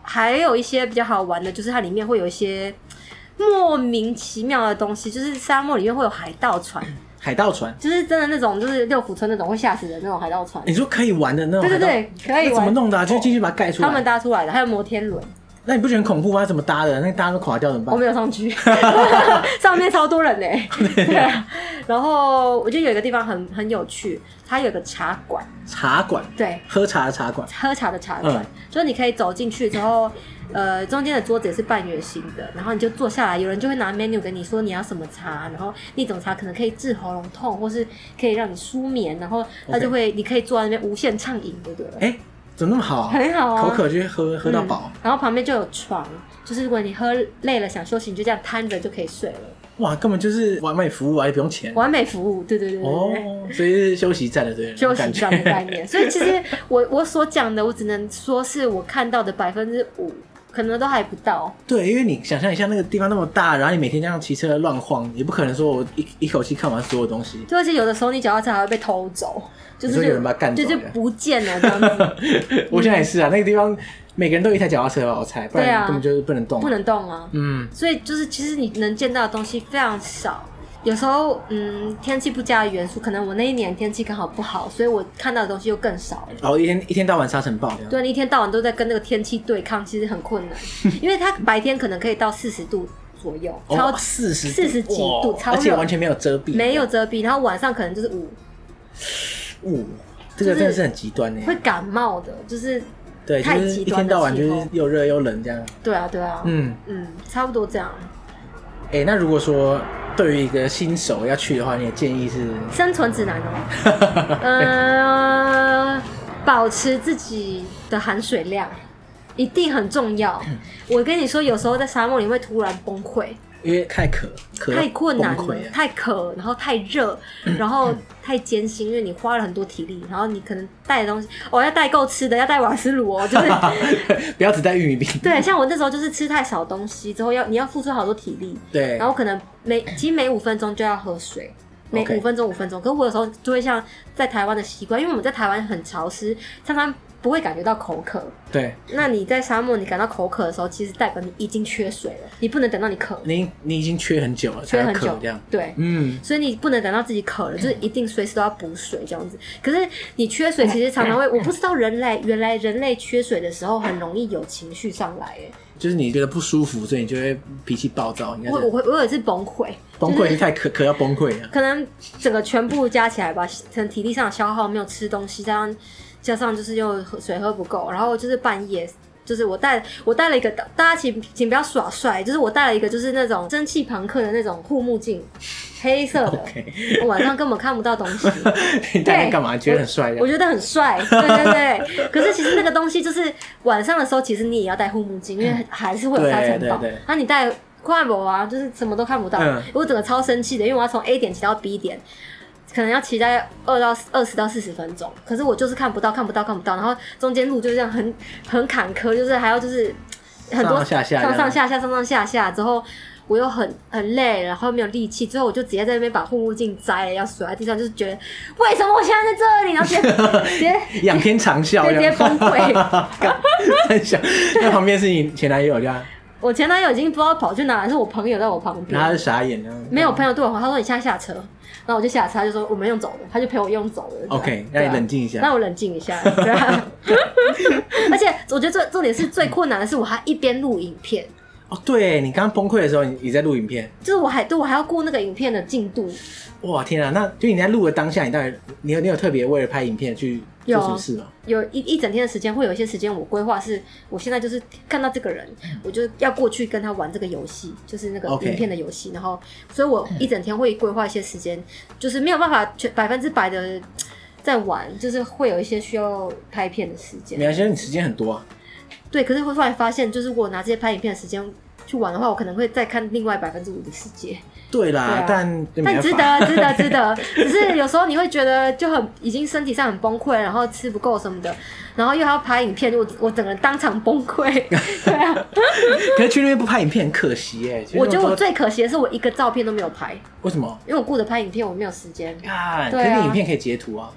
[SPEAKER 2] 还有一些比较好玩的，就是它里面会有一些莫名其妙的东西，就是沙漠里面会有海盗船，
[SPEAKER 1] 海盗船，
[SPEAKER 2] 就是真的那种，就是六福村那种会吓死人那种海盗船。
[SPEAKER 1] 你说可以玩的那种
[SPEAKER 2] 对
[SPEAKER 1] 海盗，
[SPEAKER 2] 对对，可以
[SPEAKER 1] 哎那怎么
[SPEAKER 2] 玩。
[SPEAKER 1] 弄的啊？就继续把它盖出
[SPEAKER 2] 他们
[SPEAKER 1] 来。
[SPEAKER 2] 搭出来的，还有摩天 轮，
[SPEAKER 1] 那你不觉得很恐怖吗？怎么搭的？那搭都垮掉怎么
[SPEAKER 2] 我
[SPEAKER 1] 办？
[SPEAKER 2] 没有上去， 上面超多人呢、 对啊，然后我觉得有一个地方很很有趣，它有个茶馆，
[SPEAKER 1] 茶馆，
[SPEAKER 2] 对，
[SPEAKER 1] 喝茶的茶馆，
[SPEAKER 2] 喝茶的茶馆，
[SPEAKER 1] 嗯
[SPEAKER 2] 就是你可以走进去之后，呃，中间的桌子也是半圆形的，然后你就坐下来，有人就会拿 menu 给你说你要什么茶，然后那种茶可能可以治喉咙痛，或是可以让你舒眠，然后他
[SPEAKER 1] OK
[SPEAKER 2] 就会你可以坐在那边无限畅饮，对不对了？
[SPEAKER 1] 哎，怎么那么好啊？
[SPEAKER 2] 很好啊，
[SPEAKER 1] 口渴就喝喝到饱，
[SPEAKER 2] 然后旁边就有床，就是如果你喝累了想休息，你就这样瘫着就可以睡了，
[SPEAKER 1] 哇，根本就是完美服务啊，也不用钱。
[SPEAKER 2] 完美服务，对对对对对。
[SPEAKER 1] 哦，所以是休息站的对，
[SPEAKER 2] 休息
[SPEAKER 1] 感觉
[SPEAKER 2] 站的概念。所以其实我我所讲的，我只能说是我看到的百分之五，可能都还不到。
[SPEAKER 1] 对，因为你想象一下那个地方那么大，然后你每天这样骑车乱晃，也不可能说我一一口气看完所有东 西。
[SPEAKER 2] 就而且有的时候你脚踏车还会被偷走，就
[SPEAKER 1] 你
[SPEAKER 2] 是
[SPEAKER 1] 说有人把它干走
[SPEAKER 2] 就是
[SPEAKER 1] 了
[SPEAKER 2] 不见了这 样子，
[SPEAKER 1] 我现在也是啊，那个地方每个人都有一台脚踏车吧，我猜，不
[SPEAKER 2] 对
[SPEAKER 1] 然
[SPEAKER 2] 啊
[SPEAKER 1] 根本就是不能动。
[SPEAKER 2] 不能动啊。
[SPEAKER 1] 嗯，
[SPEAKER 2] 所以就是其实你能见到的东西非常少。有时候，嗯，天气不佳的元素，可能我那一年天气刚好不好，所以我看到的东西又更少 了。
[SPEAKER 1] 哦然后一天一天到晚沙尘暴这样。
[SPEAKER 2] 对，你一天到晚都在跟那个天气对抗，其实很困难，因为它白天可能可以到四十度左右，超
[SPEAKER 1] 哦，四十
[SPEAKER 2] 40几度超
[SPEAKER 1] 而且
[SPEAKER 2] 热
[SPEAKER 1] 完全没有遮蔽，
[SPEAKER 2] 没有遮蔽，然后晚上可能就是五，
[SPEAKER 1] 雾，这个
[SPEAKER 2] 就是
[SPEAKER 1] 真的是很极端呢
[SPEAKER 2] 会。感冒的，就是
[SPEAKER 1] 对，就
[SPEAKER 2] 太
[SPEAKER 1] 是
[SPEAKER 2] 极
[SPEAKER 1] 一
[SPEAKER 2] 端
[SPEAKER 1] 天
[SPEAKER 2] 的
[SPEAKER 1] 到晚就
[SPEAKER 2] 气候
[SPEAKER 1] 是又热又冷这样。
[SPEAKER 2] 对啊，对啊，
[SPEAKER 1] 嗯，
[SPEAKER 2] 嗯，差不多这样。
[SPEAKER 1] 哎，那如果说对于一个新手要去的话，你的建议是？
[SPEAKER 2] 生存指南哦， 呃，保持自己的含水量一定很重要。
[SPEAKER 1] 嗯
[SPEAKER 2] 我跟你说，有时候在沙漠里会突然崩溃，
[SPEAKER 1] 因为太渴，渴
[SPEAKER 2] 太困难
[SPEAKER 1] 崩
[SPEAKER 2] 了
[SPEAKER 1] 溃，了。啊嗯
[SPEAKER 2] 太渴，然后太热，然后太艰辛，因为你花了很多体力，然后你可能带的东西，哦，要带够吃的，要带瓦斯炉哦，就是
[SPEAKER 1] 不要只带玉米饼。
[SPEAKER 2] 对。像我那时候就是吃太少东西之后要，你要付出好多体力，
[SPEAKER 1] 对，
[SPEAKER 2] 然后可能每其实每五分钟就要喝水，每
[SPEAKER 1] OK
[SPEAKER 2] 五分钟五分钟。可是我有时候就会像在台湾的习惯，因为我们在台湾很潮湿，常常不会感觉到口渴。
[SPEAKER 1] 对
[SPEAKER 2] 那你在沙漠你感到口渴的时候，其实代表你已经缺水了，你不能等到你渴，
[SPEAKER 1] 你你已经缺很久了，
[SPEAKER 2] 缺
[SPEAKER 1] 才
[SPEAKER 2] 很
[SPEAKER 1] 有渴
[SPEAKER 2] 久
[SPEAKER 1] 这样。，
[SPEAKER 2] 对。
[SPEAKER 1] 嗯，
[SPEAKER 2] 所以你不能等到自己渴了，就是一定随时都要补水这样子。可是你缺水，其实常常会，我不知道人类原来人类缺水的时候很容易有情绪上来，哎，
[SPEAKER 1] 就是你觉得不舒服，所以你就会脾气暴躁，应该
[SPEAKER 2] 我我
[SPEAKER 1] 是
[SPEAKER 2] 会我有一次崩溃，
[SPEAKER 1] 崩溃，太渴渴要崩溃啊 了。
[SPEAKER 2] 可能整个全部加起来吧，可能体力上的消耗，没有吃东西，加上加上就是又喝水喝不够，然后就是半夜。就是我带我带了一个，大家请请不要耍帅，就是我带了一个就是那种蒸汽朋克的那种护目镜，黑色的
[SPEAKER 1] OK，
[SPEAKER 2] 我晚上根本看不到东西，
[SPEAKER 1] 你带那干嘛？觉得很帅这啊
[SPEAKER 2] 我
[SPEAKER 1] 样。
[SPEAKER 2] 觉得 很帅，对对对。可是其实那个东西就是晚上的时候，其实你也要戴护目镜，因为还是会有沙尘暴
[SPEAKER 1] 嗯对对对。
[SPEAKER 2] 那你戴快博啊，就是什么都看不到。
[SPEAKER 1] 嗯
[SPEAKER 2] 我整个超生气的，因为我要从 A 点骑到 B 点，可能要骑大概二到二十到四十分钟，可是我就是看不到，看不到，看不到。然后中间路就这样很很坎坷，就是还要就是很
[SPEAKER 1] 上上
[SPEAKER 2] 多
[SPEAKER 1] 下下
[SPEAKER 2] 上上
[SPEAKER 1] 这
[SPEAKER 2] 下下上上下下之后。我又很很累，然后没有力气，最后我就直接在那边把护目镜摘了，要甩在地上，就是觉得为什么我现在在这里，然后直接 直接
[SPEAKER 1] 仰天长啸这
[SPEAKER 2] 直接
[SPEAKER 1] 样，
[SPEAKER 2] 崩溃。
[SPEAKER 1] 干在想，那旁边是你前男友这样，
[SPEAKER 2] 我前男友已经不知道跑去哪了，是我朋友在我旁
[SPEAKER 1] 然后他
[SPEAKER 2] 边
[SPEAKER 1] 就。傻眼这样。
[SPEAKER 2] 没有朋友对我好，他说你现在下车，然后我就下车，他就说我们用走的，他就陪我用走的。
[SPEAKER 1] OK，
[SPEAKER 2] 对啊
[SPEAKER 1] 让你冷静一下
[SPEAKER 2] 让我冷静一下。 对啊而且我觉得最重点是最困难的是，我还一边录影片，
[SPEAKER 1] 哦，对你刚刚崩溃的时候，你你在录影片，
[SPEAKER 2] 就是我还对我还要顾那个影片的进度，
[SPEAKER 1] 哇天啊！那就你在录的当下，你到底你有你有特别为了拍影片去做
[SPEAKER 2] 有
[SPEAKER 1] 什么事吗？
[SPEAKER 2] 有一一整天的时间，会有一些时间我规划是，我现在就是看到这个人，我就要过去跟他玩这个游戏，就是那个
[SPEAKER 1] 嗯 OK
[SPEAKER 2] 影片的游戏。然后，所以我一整天会规划一些时间，就是没有办法全百分之百的在玩，就是会有一些需要拍片的时
[SPEAKER 1] 没
[SPEAKER 2] 间。
[SPEAKER 1] 关系，你时间很多啊。
[SPEAKER 2] 对，可是会突然发现，就是我拿这些拍影片的时间去玩的话，我可能会再看另外百分之五的世界。
[SPEAKER 1] 对啦，
[SPEAKER 2] 对啊
[SPEAKER 1] 但没
[SPEAKER 2] 但
[SPEAKER 1] 办
[SPEAKER 2] 值
[SPEAKER 1] 法
[SPEAKER 2] 得，值得，值得。只是有时候你会觉得就很已经身体上很崩溃，然后吃不够什么的，然后又还要拍影片，我我整个人当场崩溃。对啊，
[SPEAKER 1] 可是去那边不拍影片很可惜哎、其实
[SPEAKER 2] 我觉得我
[SPEAKER 1] 那么多
[SPEAKER 2] 最可惜的是我一个照片都没有拍，
[SPEAKER 1] 为什么？
[SPEAKER 2] 因为我顾着拍影片，我没有时间。
[SPEAKER 1] 看，可
[SPEAKER 2] 对啊
[SPEAKER 1] 是你影片可以截图啊，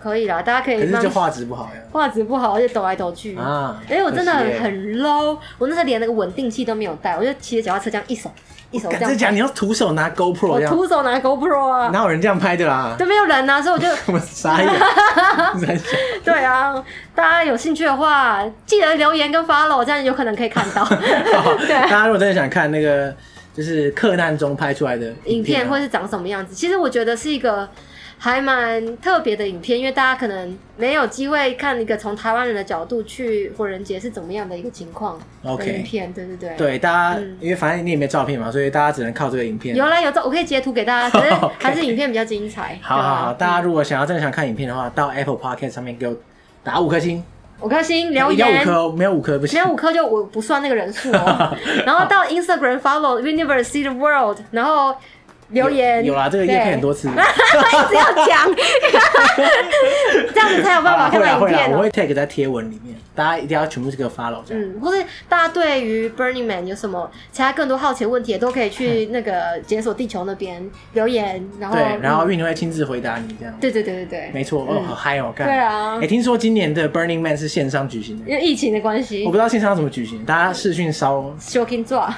[SPEAKER 2] 可以啦，大家
[SPEAKER 1] 可
[SPEAKER 2] 可以
[SPEAKER 1] 是
[SPEAKER 2] 慢
[SPEAKER 1] 这
[SPEAKER 2] 慢。
[SPEAKER 1] 画质不好呀。
[SPEAKER 2] 画质不好，而且抖来抖去。
[SPEAKER 1] 啊，
[SPEAKER 2] 哎、我真的
[SPEAKER 1] 可惜欸
[SPEAKER 2] 很 low，我那时候连那个稳定器都没有带，我就骑着脚踏车这样一手一手这
[SPEAKER 1] 敢
[SPEAKER 2] 样
[SPEAKER 1] 真讲，
[SPEAKER 2] 拍，
[SPEAKER 1] 你要徒手拿 GoPro
[SPEAKER 2] 我
[SPEAKER 1] 这样，
[SPEAKER 2] 徒手拿 GoPro 啊，
[SPEAKER 1] 哪有人这样拍的啦？
[SPEAKER 2] 都没有人啊，所以我就
[SPEAKER 1] 我傻 眼，傻眼
[SPEAKER 2] 对啊，大家有兴趣的话，记得留言跟 follow，这样有可能可以看 到
[SPEAKER 1] 好
[SPEAKER 2] 对
[SPEAKER 1] 大
[SPEAKER 2] 啊
[SPEAKER 1] 家如果真的想看那个，就是克难中拍出来的
[SPEAKER 2] 影
[SPEAKER 1] 片
[SPEAKER 2] 片
[SPEAKER 1] 啊，
[SPEAKER 2] 或是长什么样子。其实我觉得是一个还蛮特别的影片，因为大家可能没有机会看一个从台湾人的角度去火人节是怎么样的一个情况的
[SPEAKER 1] OK
[SPEAKER 2] 影片。对对对。
[SPEAKER 1] 对大家
[SPEAKER 2] 嗯，
[SPEAKER 1] 因为反正你也没照片嘛，所以大家只能靠这个影片。
[SPEAKER 2] 有啦有照，我可以截图给大家，可
[SPEAKER 1] OK
[SPEAKER 2] 是还是影片比较精彩。
[SPEAKER 1] 好
[SPEAKER 2] 对啊
[SPEAKER 1] 好好，大家
[SPEAKER 2] 嗯
[SPEAKER 1] 如果想要真的想看影片的话，到 Apple Podcast 上面给我打五颗星，
[SPEAKER 2] 五颗星留
[SPEAKER 1] 要五
[SPEAKER 2] 言
[SPEAKER 1] 颗，哦，没有五颗不
[SPEAKER 2] 没
[SPEAKER 1] 行
[SPEAKER 2] 有。五颗就我不算那个人 数哦。然后到 Instagram follow University of World，然后留言
[SPEAKER 1] 有啦，这个叶片很多次，
[SPEAKER 2] 对 一直要讲， 这样子才有办
[SPEAKER 1] 好
[SPEAKER 2] 法
[SPEAKER 1] 啦
[SPEAKER 2] 看
[SPEAKER 1] 会啦
[SPEAKER 2] 到
[SPEAKER 1] 啊会
[SPEAKER 2] 影
[SPEAKER 1] 啦，
[SPEAKER 2] 片
[SPEAKER 1] 我
[SPEAKER 2] 哦。
[SPEAKER 1] 会 tag 在贴文里面，大家一定要全部这个 follow 这样。
[SPEAKER 2] 嗯，或是大家对于 Burning Man 有什么其他更多好奇的问题，也都可以去那个解锁地球那边留言，然
[SPEAKER 1] 嗯
[SPEAKER 2] 后
[SPEAKER 1] 对，然后
[SPEAKER 2] 嗯
[SPEAKER 1] 运动会亲自回答你这样。
[SPEAKER 2] 对对对对对，
[SPEAKER 1] 没错，哦，好嗨哦，干。
[SPEAKER 2] 对啊
[SPEAKER 1] 哎，听说今年的 Burning Man 是线上举行的，
[SPEAKER 2] 因为疫情的关系
[SPEAKER 1] 我不知道线上要怎么举行，大家视讯 烧
[SPEAKER 2] Shocking 抓，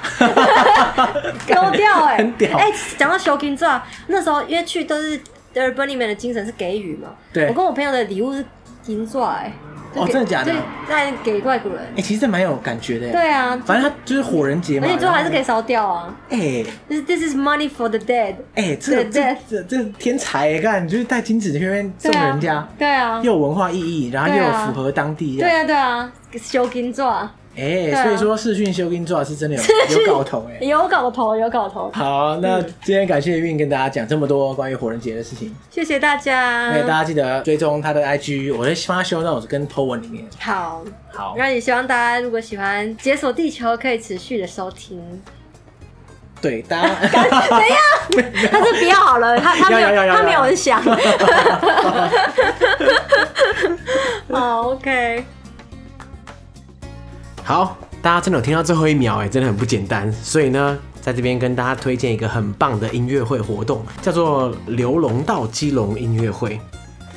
[SPEAKER 2] 丢掉哎、
[SPEAKER 1] 很屌
[SPEAKER 2] 哎、讲到 Shocking 抓，那时候因为去都是 The Burning Man 的精神是给予嘛，
[SPEAKER 1] 对
[SPEAKER 2] 我跟我朋友的礼物是银抓哎、就
[SPEAKER 1] 哦
[SPEAKER 2] 给
[SPEAKER 1] 真的假的
[SPEAKER 2] 对，在给外国人。
[SPEAKER 1] 哎、其实这蛮有感觉的耶。欸
[SPEAKER 2] 对啊，
[SPEAKER 1] 反正它就是火人节嘛。
[SPEAKER 2] 而且最后还是可以
[SPEAKER 1] 以。
[SPEAKER 2] 烧掉啊。
[SPEAKER 1] 哎、
[SPEAKER 2] This this is money for the dead。
[SPEAKER 1] 哎、这
[SPEAKER 2] 对
[SPEAKER 1] 个
[SPEAKER 2] 对
[SPEAKER 1] 这这这天才耶干，你就是带金子去那边送
[SPEAKER 2] 对啊
[SPEAKER 1] 人家，
[SPEAKER 2] 对啊，
[SPEAKER 1] 又有文化意义，然后又
[SPEAKER 2] 对
[SPEAKER 1] 有
[SPEAKER 2] 啊
[SPEAKER 1] 符合当地这
[SPEAKER 2] 对
[SPEAKER 1] 样。
[SPEAKER 2] 啊，对啊，修金钻，
[SPEAKER 1] 哎、
[SPEAKER 2] 对啊
[SPEAKER 1] 所以说视讯修跟做是真的有有搞头哎。
[SPEAKER 2] 有搞头，有搞头。
[SPEAKER 1] 好，那今天感谢运跟大家讲这么多关于火人节的事情，
[SPEAKER 2] 谢谢大家
[SPEAKER 1] 那、。大家记得追踪他的 IG，我会放他修那种跟 po 文里面。
[SPEAKER 2] 好，
[SPEAKER 1] 好，
[SPEAKER 2] 那也希望大家如果喜欢《解锁地球》，可以持续的收 听。
[SPEAKER 1] 对大家，
[SPEAKER 2] 他是不要好了，他他
[SPEAKER 1] 要
[SPEAKER 2] 没
[SPEAKER 1] 要
[SPEAKER 2] 有
[SPEAKER 1] 要
[SPEAKER 2] 他没有
[SPEAKER 1] 要
[SPEAKER 2] 人 想。好，OK。
[SPEAKER 3] 好，大家真的有听到最后一秒哎、真的很不简单。所以呢，在这边跟大家推荐一个很棒的音乐会活动，叫做刘龙到基隆音乐会。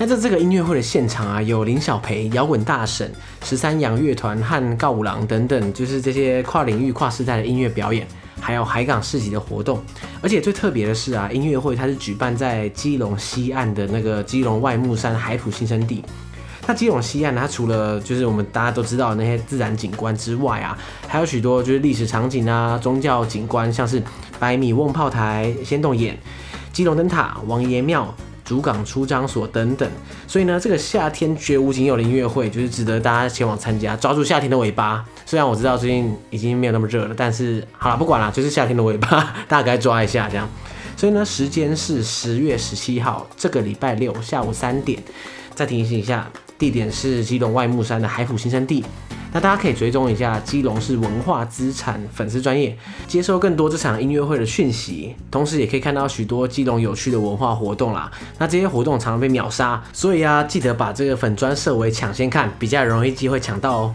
[SPEAKER 3] 那在这个音乐会的现场啊，有林小培、摇滚大神、十三洋乐团和告五郎等等，就是这些跨领域、跨时代的音乐表演，还有海港市集的活动。而且最特别的是啊，音乐会它是举办在基隆西岸的那个基隆外木山海普新生地。那基隆西岸呢，它除了就是我们大家都知道的那些自然景观之外啊，还有许多就是历史场景啊、宗教景观，像是百米瓮炮台、仙洞眼、基隆灯塔、王爷庙。主港出张所等等，所以呢，这个夏天绝无仅有的音乐会，就是值得大家前往参加，抓住夏天的尾巴。虽然我知道最近已经没有那么热了，但是好了，不管了，就是夏天的尾巴，大概抓一下这样。所以呢，时间是十月十七号，这个礼拜六下午三点。再提醒一下，地点是基隆外木山的海普新生地。那大家可以追踪一下基隆市文化资产粉丝专业，接收更多这场音乐会的讯息，同时也可以看到许多基隆有趣的文化活动啦。那这些活动常常被秒杀，所以啊，记得把这个粉砖设为抢先看，比较容易机会抢到哦。